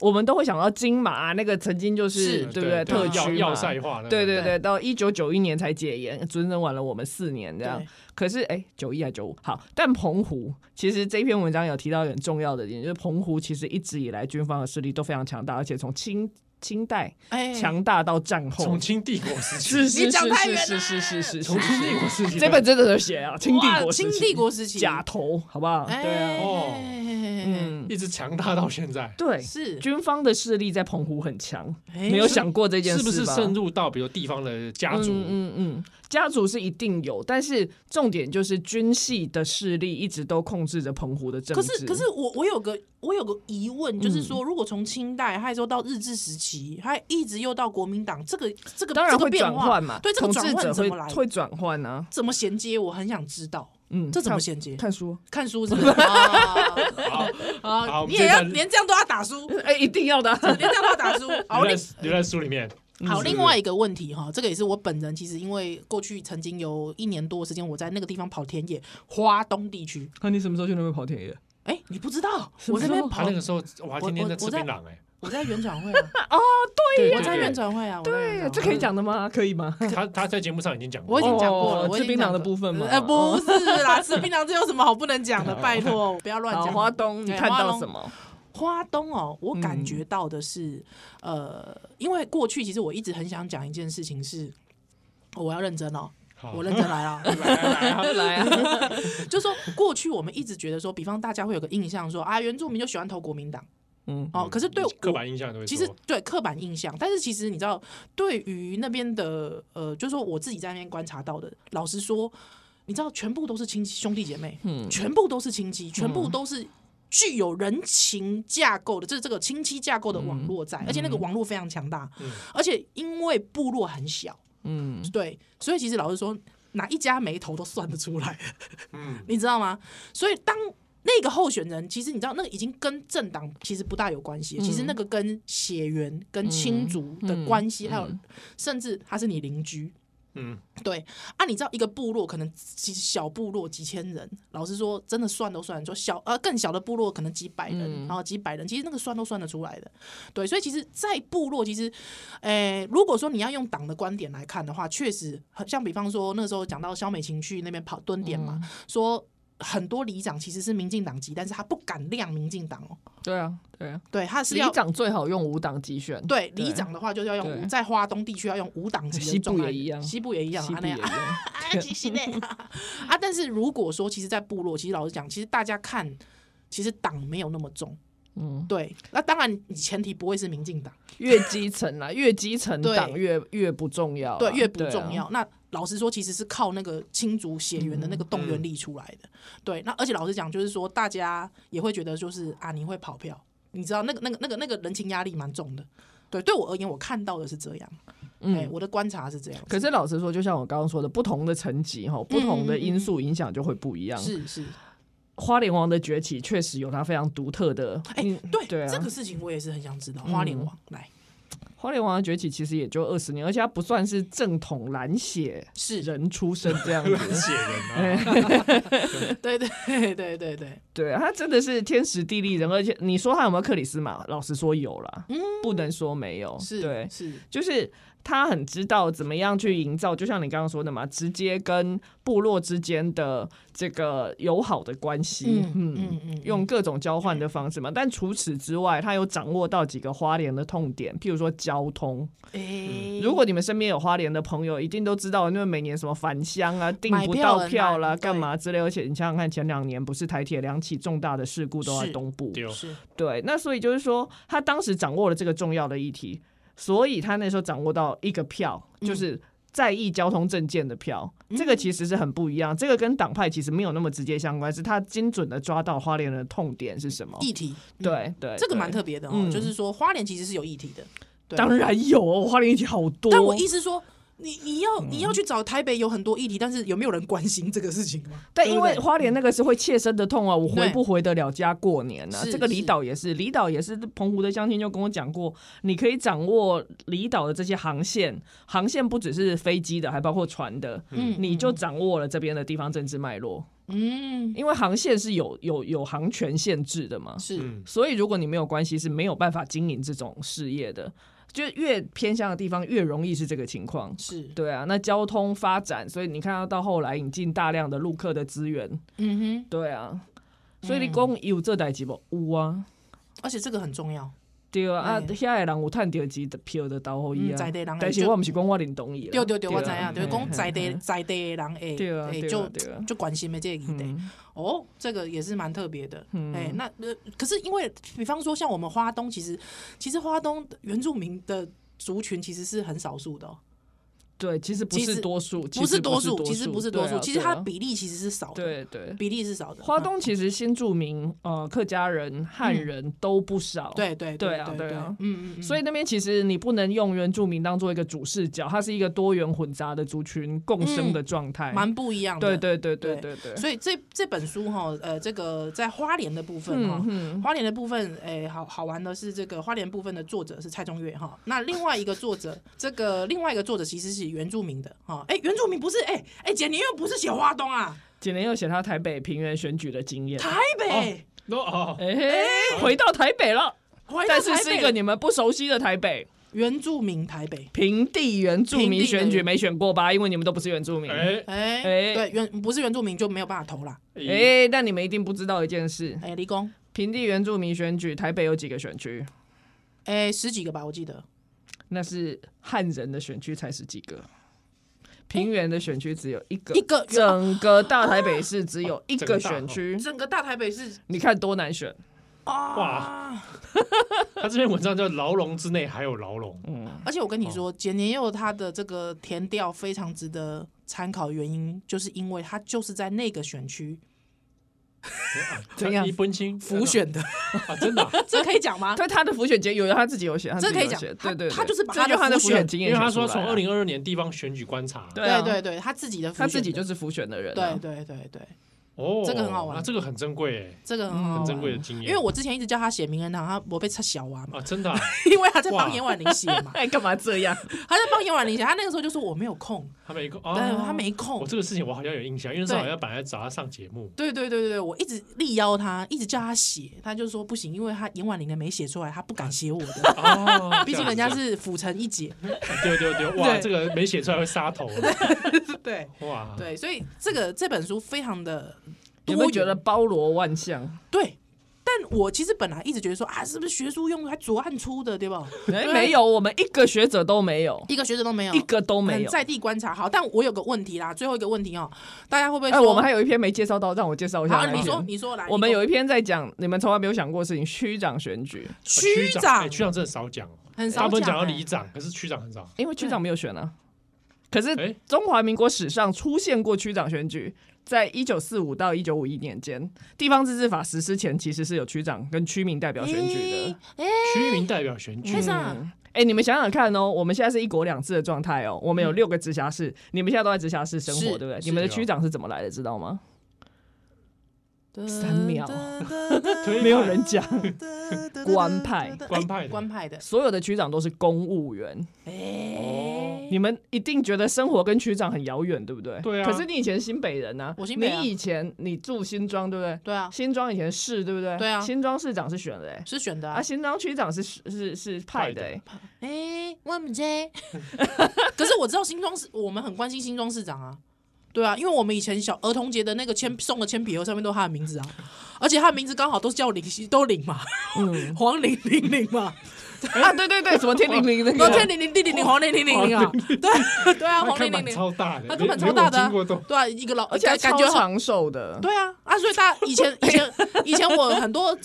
[SPEAKER 4] 我们都会想到金马、啊那个曾经就是
[SPEAKER 3] 是
[SPEAKER 4] 对不对？特
[SPEAKER 2] 要
[SPEAKER 4] 区嘛
[SPEAKER 2] 要，塞化的，
[SPEAKER 4] 对对对，
[SPEAKER 3] 对
[SPEAKER 4] 到一九九一年才解严，整整晚了我们四年这样
[SPEAKER 3] 对。
[SPEAKER 4] 可是哎，九一还九五好，但澎湖其实这篇文章有提到一个很重要的点，就是澎湖其实一直以来军方的势力都非常强大，而且从清清代
[SPEAKER 3] 哎，
[SPEAKER 4] 强大到战后，
[SPEAKER 2] 从清帝国时期，
[SPEAKER 4] 是是
[SPEAKER 3] 你讲
[SPEAKER 4] 是
[SPEAKER 3] 太
[SPEAKER 4] 是
[SPEAKER 3] 远
[SPEAKER 4] 是
[SPEAKER 3] 了
[SPEAKER 4] 是是是，
[SPEAKER 2] 从清帝国时期，
[SPEAKER 4] 这本真的有写啊，清帝
[SPEAKER 3] 哇
[SPEAKER 4] 国时
[SPEAKER 3] 清
[SPEAKER 4] 期
[SPEAKER 3] 帝国时期
[SPEAKER 4] 假头，好不好？
[SPEAKER 3] 哎
[SPEAKER 4] 对啊，
[SPEAKER 2] 哦
[SPEAKER 3] 嗯，
[SPEAKER 4] 嗯，
[SPEAKER 2] 一直强大到现在，
[SPEAKER 4] 对，
[SPEAKER 3] 是哎
[SPEAKER 4] 军方的势力在澎湖很强，
[SPEAKER 3] 没
[SPEAKER 4] 没有想过这件
[SPEAKER 2] 是
[SPEAKER 4] 事吧，
[SPEAKER 2] 不是渗入到比如地方的家族？
[SPEAKER 4] 嗯嗯嗯，家族是一定有，但是重点就是军系的势力一直都控制着澎湖的政
[SPEAKER 3] 可
[SPEAKER 4] 治。
[SPEAKER 3] 是，可是我我有个我有个疑问，
[SPEAKER 4] 嗯
[SPEAKER 3] 就是说，如果从清代，还说到日治时期，还一直又到国民党，这个这个
[SPEAKER 4] 当然
[SPEAKER 3] 这个
[SPEAKER 4] 会
[SPEAKER 3] 变
[SPEAKER 4] 转
[SPEAKER 3] 化
[SPEAKER 4] 换嘛，
[SPEAKER 3] 对这
[SPEAKER 4] 统
[SPEAKER 3] 个转
[SPEAKER 4] 治者
[SPEAKER 3] 换怎
[SPEAKER 4] 会
[SPEAKER 3] 么来？
[SPEAKER 4] 会转换啊，
[SPEAKER 3] 怎么衔接？我很想知道，
[SPEAKER 4] 嗯，
[SPEAKER 3] 这怎么
[SPEAKER 4] 看
[SPEAKER 3] 衔接？
[SPEAKER 4] 看书？
[SPEAKER 3] 看书 是不
[SPEAKER 4] 哦
[SPEAKER 3] 是？啊
[SPEAKER 4] 嗯
[SPEAKER 2] 好，好
[SPEAKER 3] 啊
[SPEAKER 2] 我，们
[SPEAKER 3] 你
[SPEAKER 2] 这
[SPEAKER 3] 也要
[SPEAKER 2] 段
[SPEAKER 3] 连这样都要打输，连
[SPEAKER 4] 哎，一定要的啊，
[SPEAKER 3] 这样都要打输。 好，
[SPEAKER 2] 留
[SPEAKER 3] 另
[SPEAKER 2] 在留在书里面。
[SPEAKER 4] 嗯
[SPEAKER 3] 好，
[SPEAKER 2] 是不是
[SPEAKER 3] 另外一个问题哈，这个也是我本人其实因为过去曾经有一年多的时间，我在那个地方跑田野，华东地区。
[SPEAKER 4] 看你什么时候去那边跑田野？
[SPEAKER 3] 哎，你不知道，
[SPEAKER 4] 什么
[SPEAKER 3] 我
[SPEAKER 4] 啊
[SPEAKER 3] 在那
[SPEAKER 4] 时候
[SPEAKER 3] 边
[SPEAKER 2] 他
[SPEAKER 3] 跑
[SPEAKER 2] 那，个时候我还天天在吃槟榔哎，
[SPEAKER 3] 哦我在原转会 啊，
[SPEAKER 2] 对
[SPEAKER 3] 我在
[SPEAKER 2] 对
[SPEAKER 3] 原转会啊，我在原
[SPEAKER 4] 对，
[SPEAKER 3] 转会
[SPEAKER 4] 这可以。讲的吗？可以吗？
[SPEAKER 2] 他他在节目上已经讲过，
[SPEAKER 3] 我已经讲过了，
[SPEAKER 4] 哦
[SPEAKER 3] 我已经
[SPEAKER 4] 吃槟
[SPEAKER 3] 讲
[SPEAKER 4] 榔的
[SPEAKER 3] 过
[SPEAKER 4] 部分吗？
[SPEAKER 3] 呃，
[SPEAKER 4] 哦
[SPEAKER 3] 不是啦，吃槟榔这有什么好不能讲的？拜托，不要乱
[SPEAKER 4] 好，
[SPEAKER 3] 讲。
[SPEAKER 4] 花东你
[SPEAKER 3] 对
[SPEAKER 4] 看
[SPEAKER 3] 花
[SPEAKER 4] 到
[SPEAKER 3] 东
[SPEAKER 4] 什么？
[SPEAKER 3] 花东哦，我感
[SPEAKER 4] 嗯
[SPEAKER 3] 觉到的是，呃，因为过去其实我一直很想讲一件事情是，哦我要认真哦，
[SPEAKER 2] 好
[SPEAKER 3] 我认真来了。
[SPEAKER 2] 来来来
[SPEAKER 4] 来啊，
[SPEAKER 3] 就说过去我们一直觉得说，比方大家会有个印象说啊，原住民就喜欢投国民党
[SPEAKER 4] 嗯，
[SPEAKER 3] 哦，可是对
[SPEAKER 2] 刻
[SPEAKER 3] 我
[SPEAKER 2] 板印象都会
[SPEAKER 3] 其实
[SPEAKER 2] 说
[SPEAKER 3] 对刻板印象，但是其实你知道，对于那边的呃，就是说我自己在那边观察到的，老实说，你知道全部都是亲戚兄弟姐妹，
[SPEAKER 4] 嗯
[SPEAKER 3] 全部都是亲戚，全
[SPEAKER 2] 嗯
[SPEAKER 3] 部都是。具有人情架构的，就是这个亲戚架构的网络在，而且那个网络非常强大，
[SPEAKER 2] 嗯
[SPEAKER 3] 而且因为部落很小，
[SPEAKER 4] 嗯，
[SPEAKER 3] 对，所以其实老实说，哪一家没投都算得出来，
[SPEAKER 2] 嗯，
[SPEAKER 3] 你知道吗？所以当那个候选人，其实你知道，那个已经跟政党其实不大有关系，其实那个跟血缘、跟亲族的关系，还有甚至他是你邻居，
[SPEAKER 2] 嗯，
[SPEAKER 3] 对啊，你知道一个部落可能几小部落几千人，老实说，真的算都算得出小呃更小的部落可能几百人，
[SPEAKER 4] 嗯
[SPEAKER 3] 然后几百人，其实那个算都算得出来的。对，所以其实，在部落其实，诶、如果说你要用党的观点来看的话，确实很像，比方说那时候讲到肖美琴去那边跑蹲点嘛，
[SPEAKER 4] 嗯
[SPEAKER 3] 说。很多里长其实是民进党籍，但是他不敢亮民进党哦，
[SPEAKER 4] 对啊，对啊，
[SPEAKER 3] 对，他是
[SPEAKER 4] 里
[SPEAKER 3] 要
[SPEAKER 4] 长最好用无党集选，
[SPEAKER 3] 对里长的话就是要用
[SPEAKER 4] 对
[SPEAKER 3] 无在花东地区要用无党籍
[SPEAKER 4] 西
[SPEAKER 3] 的状
[SPEAKER 4] 部
[SPEAKER 3] 态，
[SPEAKER 4] 也一样
[SPEAKER 3] 西部也一样，
[SPEAKER 4] 西
[SPEAKER 3] 啊
[SPEAKER 4] 部
[SPEAKER 3] 那
[SPEAKER 4] 也一
[SPEAKER 3] 样
[SPEAKER 4] 样，
[SPEAKER 1] 啊，其实呢，
[SPEAKER 3] 啊，但是如果说其实，在部落，其实老实讲，其实大家看，其实党没有那么重。
[SPEAKER 4] 嗯，
[SPEAKER 3] 对，那当然，你前提不会是民进党，
[SPEAKER 4] 越基 层啦，越基层
[SPEAKER 3] 对
[SPEAKER 4] 党越越不重要啦，
[SPEAKER 3] 对，越不
[SPEAKER 4] 啊
[SPEAKER 3] 重要。，那老实说，其实是靠那个亲族血缘的那个动员力出来的。对，那而且老实讲，就是说大家也会觉得，就是啊，你会跑票，你知道那个那个那个那个人情压力蛮重的。对，对我而言，我看到的是这样，哎、
[SPEAKER 4] 嗯。
[SPEAKER 3] 我的观察是这样子。
[SPEAKER 4] 可是老实说，就像我刚刚说的，不同的层级哈，不同的因素影响就会不一样。
[SPEAKER 3] 是是，
[SPEAKER 4] 花莲王的崛起确实有它非常独特的，
[SPEAKER 3] 哎、
[SPEAKER 4] 嗯
[SPEAKER 3] 对，
[SPEAKER 4] 对啊
[SPEAKER 3] 这个事情我也是很想知道。花莲
[SPEAKER 4] 嗯
[SPEAKER 3] 王、来
[SPEAKER 4] 花莲王的崛起其实也就二十年，而且它不算是正统蓝血
[SPEAKER 3] 是
[SPEAKER 4] 人出身这样 子。
[SPEAKER 2] 血
[SPEAKER 3] 哎
[SPEAKER 2] 人啊，
[SPEAKER 3] 对对对对对对，
[SPEAKER 4] 对，他真的是天时地利人，而且你说他有没有克里斯玛？老实说有啦，
[SPEAKER 3] 嗯
[SPEAKER 4] 不能说没有。
[SPEAKER 3] 是
[SPEAKER 4] 对，
[SPEAKER 3] 是
[SPEAKER 4] 就是他很知道怎么样去营造，就像你刚刚说的嘛，直接跟部落之间的这个友好的关系。嗯
[SPEAKER 3] 嗯嗯，
[SPEAKER 4] 用各种交换的方式嘛，但除此之外，他有掌握到几个花莲的痛点，譬如说交通。
[SPEAKER 3] 嗯诶
[SPEAKER 4] 如果你们身边有花莲的朋友，一定都知道，因为每年什么返乡啊、订不到票
[SPEAKER 3] 买票很
[SPEAKER 4] 啦、
[SPEAKER 3] 难
[SPEAKER 4] 干嘛之类。而且你想想看，前两年不是台铁两起重大的事故都在
[SPEAKER 3] 是
[SPEAKER 4] 东部，
[SPEAKER 2] 丢
[SPEAKER 3] 是
[SPEAKER 4] 对，那所以就是说，他当时掌握了这个重要的议题，所以他那时候掌握到一个票，
[SPEAKER 3] 嗯
[SPEAKER 4] 就是在意交通证件的票。这个其实是很不一样，这个跟党派其实没有那么直接相关，是他精准的抓到花莲人的痛点是什么。
[SPEAKER 3] 议题，嗯，
[SPEAKER 4] 对对，
[SPEAKER 3] 这个蛮
[SPEAKER 4] 对。
[SPEAKER 3] 特别的哦，
[SPEAKER 4] 嗯
[SPEAKER 3] 就是说花莲其实是有议题的，对
[SPEAKER 4] 当然有哦，花莲议题好多。
[SPEAKER 3] 但我嗯意思说。你你要你要去找台北有很多议题，但是有没有人关心这个事情吗？
[SPEAKER 4] 但
[SPEAKER 3] 对
[SPEAKER 4] 因
[SPEAKER 3] 不对嗯
[SPEAKER 4] 为花莲那个是会切身的痛啊，我回
[SPEAKER 3] 对
[SPEAKER 4] 不回得了家过年呢、啊？
[SPEAKER 3] 是
[SPEAKER 4] 这个离岛也是，离岛也是澎湖的乡亲就跟我讲过，你可以掌握离岛的这些航线，航线不只是飞机的，还包括船的，
[SPEAKER 3] 嗯
[SPEAKER 4] 你就掌握了这边的地方政治脉络，
[SPEAKER 3] 嗯
[SPEAKER 4] 因为航线是有有有航权限制的嘛，
[SPEAKER 3] 是
[SPEAKER 2] 嗯，
[SPEAKER 4] 所以如果你没有关系，是没有办法经营这种事业的，就越偏向的地方越容易是这个情况。
[SPEAKER 3] 是
[SPEAKER 4] 对啊，那交通发展，所以你看到到后来引进大量的陆客的资源，
[SPEAKER 3] 嗯哼，
[SPEAKER 4] 对啊，所以你讲有这代志无？有啊，
[SPEAKER 3] 而且这个很重要，
[SPEAKER 4] 对啊，啊，
[SPEAKER 3] 对
[SPEAKER 4] 遐个人有趁着钱，票就投互伊
[SPEAKER 3] 哎嗯
[SPEAKER 4] 啊
[SPEAKER 3] 在地人会。
[SPEAKER 4] 但是我毋是讲我认同伊啦，
[SPEAKER 3] 对对对，嗯我
[SPEAKER 4] 啊
[SPEAKER 3] 知影，就是
[SPEAKER 4] 嘿
[SPEAKER 3] 讲
[SPEAKER 4] 嘿
[SPEAKER 3] 在地
[SPEAKER 4] 嘿
[SPEAKER 3] 在地的人诶，
[SPEAKER 4] 对啊
[SPEAKER 3] 诶
[SPEAKER 4] 对啊
[SPEAKER 3] 就
[SPEAKER 4] 对啊
[SPEAKER 3] 就关心的这个议题。
[SPEAKER 4] 嗯
[SPEAKER 3] 哦，这个也是蛮特别的。哎、
[SPEAKER 4] 嗯
[SPEAKER 3] 那呃，可是因为比方说像我们花东，其实其实花东原住民的族群其实是很少数的、哦，
[SPEAKER 4] 对，其实不
[SPEAKER 3] 其
[SPEAKER 4] 是
[SPEAKER 3] 实
[SPEAKER 4] 多数，
[SPEAKER 3] 不是多
[SPEAKER 4] 数，
[SPEAKER 3] 其实不是多数，
[SPEAKER 4] 对啊
[SPEAKER 3] 其实
[SPEAKER 4] 对
[SPEAKER 3] 它
[SPEAKER 4] 啊
[SPEAKER 3] 比例其实是少的，
[SPEAKER 4] 对对。
[SPEAKER 3] 比例是少的。
[SPEAKER 4] 花
[SPEAKER 3] 嗯、
[SPEAKER 4] 东其实新住民、呃客家人、汉人都不少，，
[SPEAKER 3] 对对
[SPEAKER 4] 对
[SPEAKER 3] 对
[SPEAKER 4] 啊
[SPEAKER 3] 对
[SPEAKER 4] 对啊
[SPEAKER 3] 嗯嗯嗯，
[SPEAKER 4] 所以那边其实你不能用原住民当做一个主视角，它是一个多元混杂的族群共生的状态，
[SPEAKER 3] 蛮不一样的。
[SPEAKER 4] 对对对对
[SPEAKER 3] 对
[SPEAKER 4] 对对，
[SPEAKER 3] 所以这这本书哈、呃，这个在花莲的部分哈、
[SPEAKER 4] 嗯嗯，
[SPEAKER 3] 花莲的部分，诶、好好玩的是这个花莲部分的作者是蔡中岳哈，那另外一个作者， 这个另外一个作者其实是原住民的哈，诶、原住民不是，诶、诶、姐你又不是写花东啊，
[SPEAKER 4] 简莲又写他台北平原选举的经验，
[SPEAKER 3] 台北，
[SPEAKER 4] 哦
[SPEAKER 2] 那哦，
[SPEAKER 4] 哎、回到台北了，
[SPEAKER 3] 回到
[SPEAKER 4] 但是
[SPEAKER 3] 台
[SPEAKER 4] 是一
[SPEAKER 3] 北
[SPEAKER 4] 个你们不熟悉的台北
[SPEAKER 3] 原住民台北，
[SPEAKER 4] 平地原住
[SPEAKER 3] 平地
[SPEAKER 4] 民
[SPEAKER 3] 的
[SPEAKER 4] 选举没选过吧？因为你们都不是原住民。哎、
[SPEAKER 2] 哎，
[SPEAKER 3] 诶、
[SPEAKER 4] 诶
[SPEAKER 3] 对原不是原住民就没有办法投啦，
[SPEAKER 2] 哎，
[SPEAKER 4] 但你们一定不知道一件事：
[SPEAKER 3] 诶、理工，
[SPEAKER 4] 平地原住民选举，台北有几个选区？
[SPEAKER 3] 诶、哎十几个吧，我记得，
[SPEAKER 4] 那是汉人的选区才十几个，平原的选区只有一个，
[SPEAKER 3] 哦一个
[SPEAKER 4] 整个大台北市只有一
[SPEAKER 2] 整
[SPEAKER 4] 个
[SPEAKER 2] 个大
[SPEAKER 4] 选区，
[SPEAKER 3] 整个大哦台北是
[SPEAKER 4] 你看多难选。
[SPEAKER 3] 啊，
[SPEAKER 2] 他这篇文章叫《牢笼之内还有牢笼》，
[SPEAKER 3] 而且我跟你说，简年佑他的这个填调非常值得参考，原因就是因为他就是在那个选区
[SPEAKER 4] 怎样
[SPEAKER 2] 哎啊一分清
[SPEAKER 3] 浮选的，
[SPEAKER 2] 啊，真 的啊，
[SPEAKER 3] 这可以讲吗？
[SPEAKER 4] 对他的浮选结有他自己有写，他自己
[SPEAKER 3] 这可以
[SPEAKER 4] 有
[SPEAKER 3] 讲
[SPEAKER 4] 写
[SPEAKER 3] 他
[SPEAKER 4] 对对对，
[SPEAKER 3] 他就是把
[SPEAKER 4] 这
[SPEAKER 3] 他
[SPEAKER 4] 就
[SPEAKER 3] 的
[SPEAKER 4] 他的
[SPEAKER 3] 浮
[SPEAKER 4] 浮
[SPEAKER 3] 选
[SPEAKER 4] 选经验
[SPEAKER 2] 因为
[SPEAKER 4] 写出来啊，
[SPEAKER 2] 他说从二零二二年地方选举观察，
[SPEAKER 4] 对啊
[SPEAKER 3] 对对，他自己的浮选
[SPEAKER 4] 他
[SPEAKER 3] 的
[SPEAKER 4] 自己就是浮选的人啊、
[SPEAKER 3] 对对对对，
[SPEAKER 2] 哦，
[SPEAKER 3] 这个很好玩
[SPEAKER 2] 那这个很珍贵哎，
[SPEAKER 3] 这个很好
[SPEAKER 4] 嗯
[SPEAKER 2] 很
[SPEAKER 3] 玩啊
[SPEAKER 2] 珍贵的经验。
[SPEAKER 3] 因为我之前一直叫他写名人堂，他我被他小娃嘛，
[SPEAKER 2] 啊，真的啊
[SPEAKER 3] 因为他在
[SPEAKER 2] 哇
[SPEAKER 3] 帮严婉玲写嘛，
[SPEAKER 4] 哎，干嘛 这样？
[SPEAKER 3] 他在帮严婉玲写，他那个时候就说我没有空，
[SPEAKER 2] 他没空
[SPEAKER 3] 对，
[SPEAKER 2] 啊，
[SPEAKER 3] 他没
[SPEAKER 2] 我
[SPEAKER 3] 空，
[SPEAKER 2] 这个事情我好像有印象，因为那时候
[SPEAKER 3] 对
[SPEAKER 2] 好像本来找他上节目，
[SPEAKER 3] 对对对对对，我一直力邀他，一直叫他写，他就说不行，因为他严婉玲的没写出来，他不敢写我的，
[SPEAKER 2] 哦，
[SPEAKER 3] 毕竟人家
[SPEAKER 2] 这样
[SPEAKER 3] 是府城一姐，
[SPEAKER 2] 子这样对对对，哇，
[SPEAKER 3] 对
[SPEAKER 2] 这个没写出来会杀头，
[SPEAKER 3] 对
[SPEAKER 2] 哇，
[SPEAKER 3] 对，所以这个这本书非常的
[SPEAKER 4] 有没
[SPEAKER 3] 多
[SPEAKER 4] 有觉得
[SPEAKER 3] 元
[SPEAKER 4] 包罗万象？
[SPEAKER 3] 对。但我其实本来一直觉得说啊，是不是学术用语还左岸出的，对吧？
[SPEAKER 4] 哎，
[SPEAKER 3] 对
[SPEAKER 4] 没有，我们一个学者都没有，
[SPEAKER 3] 一个学者都没有，
[SPEAKER 4] 一个都没
[SPEAKER 3] 很
[SPEAKER 4] 有。
[SPEAKER 3] 在地观察。好，但我有个问题啦，最后一个问题哦，大家会不会
[SPEAKER 4] 哎，
[SPEAKER 3] 说？
[SPEAKER 4] 我们还有一篇没介绍到，让我介绍一下
[SPEAKER 3] 好，
[SPEAKER 4] 那一篇。
[SPEAKER 3] 你说，你说来，
[SPEAKER 4] 我们
[SPEAKER 3] 你
[SPEAKER 4] 有
[SPEAKER 3] 说
[SPEAKER 4] 一篇在讲你们从来没有想过的事情——区长选举，
[SPEAKER 3] 区
[SPEAKER 2] 长，哎
[SPEAKER 3] 长
[SPEAKER 2] 区长真的少讲哦，
[SPEAKER 3] 很
[SPEAKER 2] 大
[SPEAKER 3] 少哎
[SPEAKER 2] 部分讲到
[SPEAKER 3] 欸
[SPEAKER 2] 里长，可是区长很少。
[SPEAKER 4] 因为区长没有选啊。可是
[SPEAKER 2] 哎，
[SPEAKER 4] 中华民国史上出现过区长选举，在一九四五到一九五一年间，地方自治法实施前，其实是有区长跟区民代表选举的。
[SPEAKER 2] 区民代表选举
[SPEAKER 3] 为，啥？
[SPEAKER 4] 哎、你们想想看哦，我们现在是一国两制的状态哦，我们有六个直辖市，你们现在都在直辖市生活，
[SPEAKER 3] 是
[SPEAKER 4] 对不对？
[SPEAKER 2] 是
[SPEAKER 4] 你们的
[SPEAKER 2] 啊
[SPEAKER 4] 区长是怎么来的，知道吗？三秒
[SPEAKER 2] 推
[SPEAKER 4] 没有
[SPEAKER 2] 派
[SPEAKER 4] 人讲，官派
[SPEAKER 2] 官派的
[SPEAKER 3] 官派的，
[SPEAKER 4] 所有的区长都是公务员。
[SPEAKER 2] 哦
[SPEAKER 3] 哎，
[SPEAKER 4] 你们一定觉得生活跟区长很遥远，对不对？
[SPEAKER 2] 对啊
[SPEAKER 4] 可是你以前新北人啊，
[SPEAKER 3] 我新北啊
[SPEAKER 4] 你以前你住新庄，对不对？
[SPEAKER 3] 对啊，
[SPEAKER 4] 新庄以前市，对不对？
[SPEAKER 3] 对啊
[SPEAKER 4] 新庄市长是选的、欸，
[SPEAKER 3] 是选的
[SPEAKER 4] 啊，
[SPEAKER 3] 啊，
[SPEAKER 4] 新庄区长是是是派的、欸，
[SPEAKER 3] 哎，我们这，可是我知道新庄市，我们很关心新庄市长啊。对啊，因为我们以前小儿童节的那个铅送的铅笔盒上面都是他的名字啊，而且他的名字刚好都是叫林都林嘛，
[SPEAKER 4] 嗯，
[SPEAKER 3] 黄玲玲玲嘛，
[SPEAKER 4] 啊，对 对对，啊什么天 灵灵那
[SPEAKER 3] 昨
[SPEAKER 4] 个，
[SPEAKER 3] 天零零地零零黄零零零零啊，对对啊，
[SPEAKER 2] 他
[SPEAKER 3] 黄
[SPEAKER 2] 看
[SPEAKER 3] 零
[SPEAKER 2] 板
[SPEAKER 3] 零零，
[SPEAKER 2] 超大的，
[SPEAKER 3] 他根本
[SPEAKER 2] 连
[SPEAKER 3] 超大的
[SPEAKER 2] 连
[SPEAKER 3] 啊
[SPEAKER 2] 我经过都
[SPEAKER 3] 对啊，一个老，
[SPEAKER 4] 而且还
[SPEAKER 3] 感感觉
[SPEAKER 4] 超
[SPEAKER 3] 很。
[SPEAKER 4] 长寿的，
[SPEAKER 3] 对啊，啊，所以大家以前以前以前我很多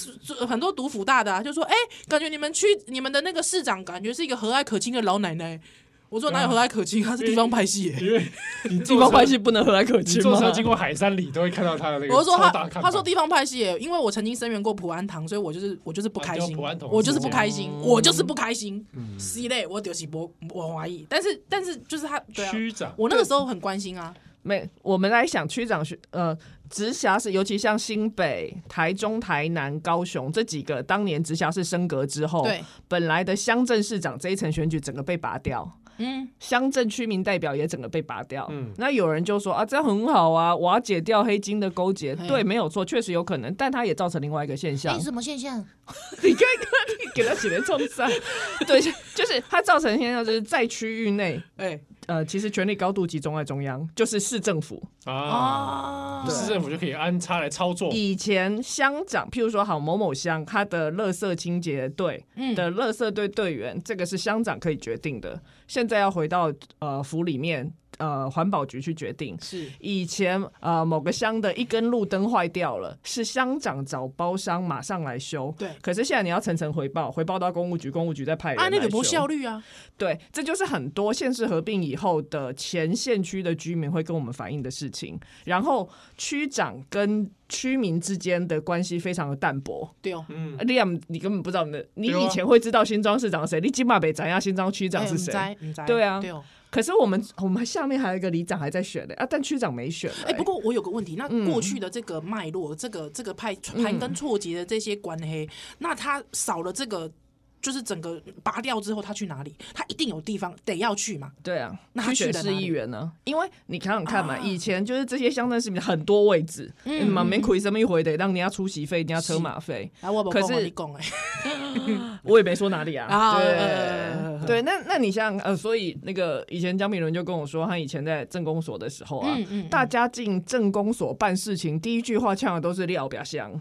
[SPEAKER 3] 很多读辅大的、啊、就说，哎、感觉你们区你们的那个市长感觉是一个和蔼可亲的老奶奶。我说哪有和蔼可亲，她是地方派系耶、
[SPEAKER 2] 因为你
[SPEAKER 4] 地
[SPEAKER 2] 地
[SPEAKER 4] 方关系不能和蔼可
[SPEAKER 2] 你
[SPEAKER 4] 亲
[SPEAKER 2] 坐
[SPEAKER 4] 吗？
[SPEAKER 2] 车经过海山里都会看到他的那个
[SPEAKER 3] 我就说
[SPEAKER 2] 超
[SPEAKER 3] 他
[SPEAKER 2] 大看板。
[SPEAKER 3] 他说地方派系耶、因为我曾经声援过普安堂，所以我就是我就是不开
[SPEAKER 2] 啊就
[SPEAKER 3] 心，
[SPEAKER 2] 普安同志
[SPEAKER 3] 我就是不开心，
[SPEAKER 4] 嗯
[SPEAKER 3] 我就是不开心。
[SPEAKER 2] 嗯
[SPEAKER 3] C 类我丢起波我怀疑，但是但是就是他对啊，
[SPEAKER 2] 区长
[SPEAKER 3] 我那个时候很关心啊，
[SPEAKER 4] 没，我们来想区长选呃直辖市，尤其像新北、台中、台南、高雄这几个当年直辖市升格之后，
[SPEAKER 3] 对，
[SPEAKER 4] 本来的乡镇市长这一层选举整个被拔掉，
[SPEAKER 3] 嗯，
[SPEAKER 4] 乡镇区民代表也整个被拔掉。
[SPEAKER 2] 嗯
[SPEAKER 4] 那有人就说啊，这样很好啊，我要解掉黑金的勾结。
[SPEAKER 3] 嘿
[SPEAKER 4] 对，没有错，确实有可能，但它也造成另外一个现象
[SPEAKER 1] 哎，。什么现象？
[SPEAKER 4] 你看看，你给他写 的冲上，对，就是它造成现象，就是在区域内，
[SPEAKER 3] 哎、
[SPEAKER 4] 呃，其实权力高度集中在中央，就是市政府。
[SPEAKER 3] 哦
[SPEAKER 2] 啊，
[SPEAKER 3] 啊，
[SPEAKER 2] 市政府就可以安插来操
[SPEAKER 3] 哦
[SPEAKER 2] 作。
[SPEAKER 4] 以前乡长，譬如说好某某乡，他的垃圾清洁队
[SPEAKER 3] 嗯
[SPEAKER 4] 的垃圾队队员，这个是乡长可以决定的。现在要回到呃府里面，呃环保局去决定。
[SPEAKER 3] 是
[SPEAKER 4] 以前呃某个乡的一根路灯坏掉了，是乡长找包商马上来修。
[SPEAKER 3] 对
[SPEAKER 4] 可是现在你要层层回报，回报到公务局，公务局再派人
[SPEAKER 3] 啊，那个
[SPEAKER 4] 哎来哦
[SPEAKER 3] 不
[SPEAKER 4] 修
[SPEAKER 3] 效率啊，
[SPEAKER 4] 对，这就是很多县市合并以后的前县区的居民会跟我们反映的事情。然后区长跟区民之间的关系非常的淡薄。
[SPEAKER 3] 对哦。
[SPEAKER 2] 嗯，
[SPEAKER 4] 你也你根本不知道你的，你
[SPEAKER 2] 对啊
[SPEAKER 4] 以前会知道新庄市长是谁，你金马北咱亚新庄区长是谁？
[SPEAKER 3] 哎不知不知
[SPEAKER 4] 对啊
[SPEAKER 3] 对哦。
[SPEAKER 4] 可是我们我们下面还有一个里长还在选的啊，但区长没选了、
[SPEAKER 3] 哎、不过我有个问题，那
[SPEAKER 4] 嗯
[SPEAKER 3] 过去的这个脉络，这个这个派盘根错节的这些关黑，那他少了这个，就是整个拔掉之后，他去哪里？他一定有地方得要去嘛？
[SPEAKER 4] 对啊，
[SPEAKER 3] 那他
[SPEAKER 4] 去选
[SPEAKER 3] 去了
[SPEAKER 4] 市
[SPEAKER 3] 哪
[SPEAKER 4] 议
[SPEAKER 3] 里
[SPEAKER 4] 员呢？因为你想想看嘛，
[SPEAKER 3] 啊
[SPEAKER 4] 以前就是这些乡镇市民很多位置，嗯，嘛没亏什么一回的，让人家出席费，人家车马费，
[SPEAKER 3] 来，啊我不
[SPEAKER 4] 可
[SPEAKER 3] 跟
[SPEAKER 4] 是
[SPEAKER 3] 你讲哎，
[SPEAKER 4] 我也没说哪里 啊。
[SPEAKER 3] 啊
[SPEAKER 4] 对、
[SPEAKER 3] 呃
[SPEAKER 4] 对，那那你想想呃，所以那个以前江炳伦就跟我说，他以前在政工所的时候啊，
[SPEAKER 3] 嗯嗯，
[SPEAKER 4] 大家进政工所办事情，第一句话呛的都是你后 表乡，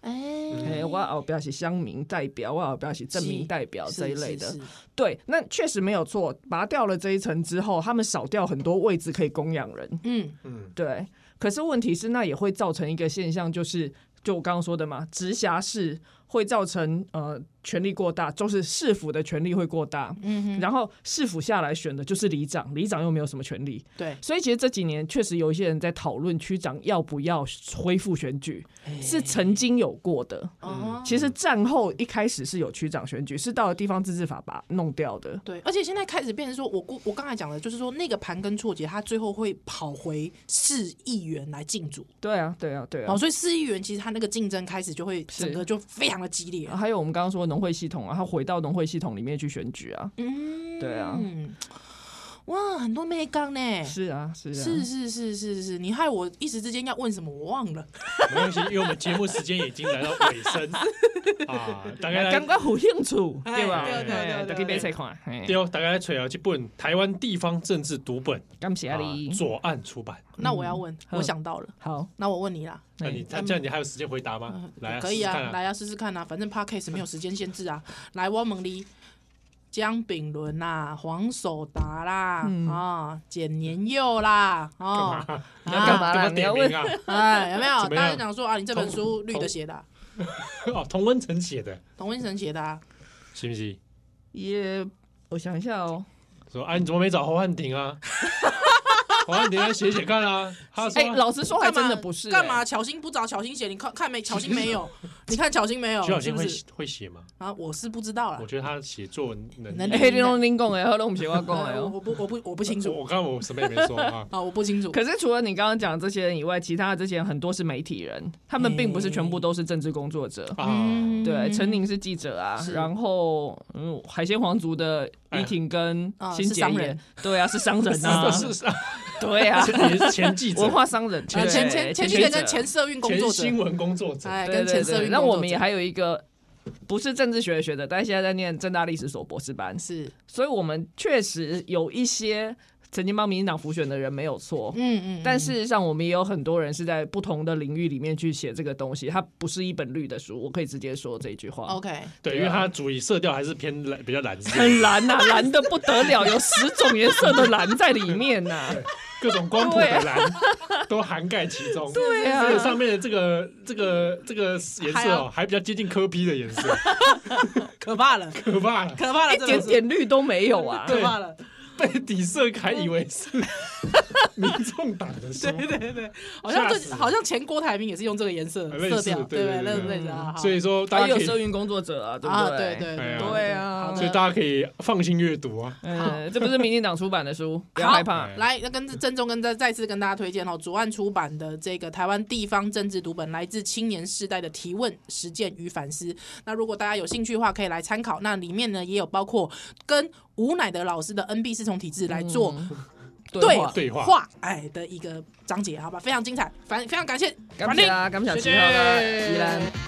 [SPEAKER 4] 哎、
[SPEAKER 1] 哎，
[SPEAKER 4] 我后表是乡民代表，我后表是镇民代表
[SPEAKER 3] 是
[SPEAKER 4] 呃这一类的。，
[SPEAKER 3] 是是
[SPEAKER 4] 对，那确实没有错，拔掉了这一层之后，他们少掉很多位置可以供养人。
[SPEAKER 3] 嗯，
[SPEAKER 2] 嗯，
[SPEAKER 4] 对，可是问题是，那也会造成一个现象，就是就我刚刚说的嘛，直辖市会造成呃权力过大，就是市府的权力会过大。
[SPEAKER 3] 嗯哼，
[SPEAKER 4] 然后市府下来选的就是里长，里长又没有什么权利，
[SPEAKER 3] 对，
[SPEAKER 4] 所以其实这几年确实有一些人在讨论区长要不要恢复选举，是曾经有过的。
[SPEAKER 3] 哎哦，
[SPEAKER 4] 其实战后一开始是有区长选举，是到了地方自治法把它弄掉的。
[SPEAKER 3] 对，而且现在开始变成说，我估我刚才讲的，就是说那个盘根错节，它最后会跑回市议员来竞逐，
[SPEAKER 4] 对啊，对啊，对啊
[SPEAKER 3] 哦，。所以市议员其实他那个竞争开始就会整
[SPEAKER 4] 是
[SPEAKER 3] 个就非常的激烈
[SPEAKER 4] 啊，还有我们刚刚说农会系统啊，它回到农会系统里面去选举啊。
[SPEAKER 3] 嗯，
[SPEAKER 4] 对啊，
[SPEAKER 3] 哇，很多妹刚呢，
[SPEAKER 4] 是啊，是啊，
[SPEAKER 3] 是是是是是，你害我一时之间要问什么我忘了，
[SPEAKER 4] 嗯
[SPEAKER 2] 没关系，因为我们节目时间已经来到尾 声啊，大概
[SPEAKER 4] 感
[SPEAKER 2] 来
[SPEAKER 4] 觉有兴趣，
[SPEAKER 3] 哎
[SPEAKER 4] 对吧？
[SPEAKER 2] 对对
[SPEAKER 4] 哎
[SPEAKER 3] 对对
[SPEAKER 4] 大家买册看。哎
[SPEAKER 2] 丢，大概来吹啊，这本台湾地方政治读本
[SPEAKER 4] 感谢
[SPEAKER 2] 啊
[SPEAKER 4] 你，。
[SPEAKER 2] 左岸出版。
[SPEAKER 3] 那我要问，我
[SPEAKER 4] 好
[SPEAKER 3] 想到了，
[SPEAKER 4] 好，
[SPEAKER 3] 那我问你啦，
[SPEAKER 2] 那你这样你还有时间回答吗
[SPEAKER 3] 嗯？
[SPEAKER 2] 来啊，
[SPEAKER 3] 可以
[SPEAKER 2] 试试看
[SPEAKER 3] 啊，来啊，试试看啊，反正 podcast 没有时间限制啊。 来，汪蒙黎、江炳伦啦、啊黄守达啦、
[SPEAKER 4] 嗯
[SPEAKER 3] 啊、简年佑啦，哦，
[SPEAKER 2] 你
[SPEAKER 3] 啊
[SPEAKER 2] 要
[SPEAKER 4] 干嘛啦
[SPEAKER 2] 要点名啊？
[SPEAKER 3] 哎，有没有？
[SPEAKER 2] 怎么
[SPEAKER 3] 大家
[SPEAKER 2] 样
[SPEAKER 3] 讲说啊，你这本书绿的
[SPEAKER 2] 同
[SPEAKER 3] 写的啊，
[SPEAKER 2] 哦，童文成写的，
[SPEAKER 3] 童文成写的啊，
[SPEAKER 2] 行不行？
[SPEAKER 4] 也我想一下哦。
[SPEAKER 2] 说啊，你怎么没找侯汉廷啊？侯汉廷来写写看啊。他说
[SPEAKER 4] 哎，老实说，还
[SPEAKER 3] 干嘛
[SPEAKER 4] 真的不是欸
[SPEAKER 3] 干嘛？？巧心不找巧心写，你看看没？巧心没 有，你看巧心没有？
[SPEAKER 2] 徐小
[SPEAKER 3] 是
[SPEAKER 2] 新
[SPEAKER 3] 不
[SPEAKER 2] 会
[SPEAKER 3] 是
[SPEAKER 2] 会写吗？
[SPEAKER 3] 啊？我是不知道啦
[SPEAKER 2] 我，觉得他写作能
[SPEAKER 3] 能
[SPEAKER 2] 力
[SPEAKER 3] 力，
[SPEAKER 4] 哎，你拢恁讲的，我拢不是我讲
[SPEAKER 3] 呃
[SPEAKER 4] 的
[SPEAKER 3] 我
[SPEAKER 4] 哦。
[SPEAKER 3] 我不我不我不清
[SPEAKER 2] 我
[SPEAKER 3] 楚。
[SPEAKER 2] 我刚刚我什么也没说啊
[SPEAKER 3] 啊，我不清楚。
[SPEAKER 4] 可是除了你刚刚讲这些人以外，其他的这些人很多是媒体人，他们并不是
[SPEAKER 3] 嗯
[SPEAKER 4] 全部都是政治工作者。
[SPEAKER 2] 啊，
[SPEAKER 4] 对，陈宁是记者啊
[SPEAKER 3] 是，
[SPEAKER 4] 然后嗯，海鲜皇族的依婷跟
[SPEAKER 3] 哎啊
[SPEAKER 4] 新
[SPEAKER 3] 是
[SPEAKER 4] 杰
[SPEAKER 3] 商
[SPEAKER 4] 也
[SPEAKER 3] 人，
[SPEAKER 4] 对啊，是商人 啊，
[SPEAKER 2] 是是，啊
[SPEAKER 4] 对啊，
[SPEAKER 2] 也是前记者
[SPEAKER 4] 文，化商人，
[SPEAKER 3] 啊，
[SPEAKER 4] 对
[SPEAKER 3] 前前前记者跟前社运工
[SPEAKER 2] 前
[SPEAKER 3] 作者，
[SPEAKER 2] 新闻工作者。
[SPEAKER 3] 哎，
[SPEAKER 4] 对
[SPEAKER 3] 跟前
[SPEAKER 4] 对
[SPEAKER 3] 社
[SPEAKER 4] 对，
[SPEAKER 3] 运
[SPEAKER 4] 那
[SPEAKER 3] 工
[SPEAKER 4] 我
[SPEAKER 3] 作
[SPEAKER 4] 们也
[SPEAKER 3] 者
[SPEAKER 4] 还有一个不是政治学的学者，但现在在念正大历史所博士班，
[SPEAKER 3] 是，
[SPEAKER 4] 所以我们确实有一些曾经帮民进党浮选的人没有错。
[SPEAKER 3] 嗯嗯，
[SPEAKER 4] 但事实上，我们也有很多人是在不同的领域里面去写这个东西，它不是一本绿的书，我可以直接说这句话。
[SPEAKER 3] OK，
[SPEAKER 2] 对，因为他主以色调还是偏蓝，比较蓝色，
[SPEAKER 4] 很蓝 呐、蓝的不得了，有十种颜色的蓝在里面啊呐、
[SPEAKER 2] 各种光谱
[SPEAKER 3] 啊
[SPEAKER 2] 的蓝都涵盖其中。对
[SPEAKER 4] 啊
[SPEAKER 2] 这个上面的这个这个这个颜
[SPEAKER 3] 还
[SPEAKER 2] 色
[SPEAKER 3] 要
[SPEAKER 2] 哦，还比较接近柯批的颜 色，
[SPEAKER 3] 可怕了，
[SPEAKER 2] 可怕了。
[SPEAKER 3] 可怕了，
[SPEAKER 4] 一点点绿都没有 啊。
[SPEAKER 2] 对
[SPEAKER 3] 可怕了，
[SPEAKER 2] 被底色还以为 是民众党的书，
[SPEAKER 3] 好像
[SPEAKER 2] 吓
[SPEAKER 3] 最
[SPEAKER 2] 死
[SPEAKER 3] 好像前郭台铭也是用这个颜色
[SPEAKER 2] 类
[SPEAKER 3] 色
[SPEAKER 2] 似
[SPEAKER 3] 调，
[SPEAKER 2] 对
[SPEAKER 3] 对
[SPEAKER 2] 对
[SPEAKER 3] 哎类
[SPEAKER 2] 对
[SPEAKER 3] 类似啊，好
[SPEAKER 2] 所以说大
[SPEAKER 4] 还
[SPEAKER 2] 家
[SPEAKER 4] 有
[SPEAKER 2] 可以
[SPEAKER 4] 社，运工作者啊，对
[SPEAKER 3] 啊
[SPEAKER 4] 不
[SPEAKER 3] 对对
[SPEAKER 2] 哎呀
[SPEAKER 4] 对啊
[SPEAKER 3] 好的
[SPEAKER 2] 所以大家可以放心阅读啊。
[SPEAKER 4] 嗯，这不是民进党出版的书，不要
[SPEAKER 3] 好
[SPEAKER 4] 害怕。
[SPEAKER 3] 来，那跟郑重跟再再次跟大家推荐哦，左岸出版的这个台湾地方政治读本，来自青年世代的提问、实践与反思。那如果大家有兴趣的话，可以来参考。那里面呢也有包括跟吴乃德老师的 NB 四重体制来做对
[SPEAKER 4] 话
[SPEAKER 2] 对话
[SPEAKER 3] 话哎的一个章节，好吧，非常精彩，反非常感谢，
[SPEAKER 4] 啊感谢啊，感谢七号的宜兰。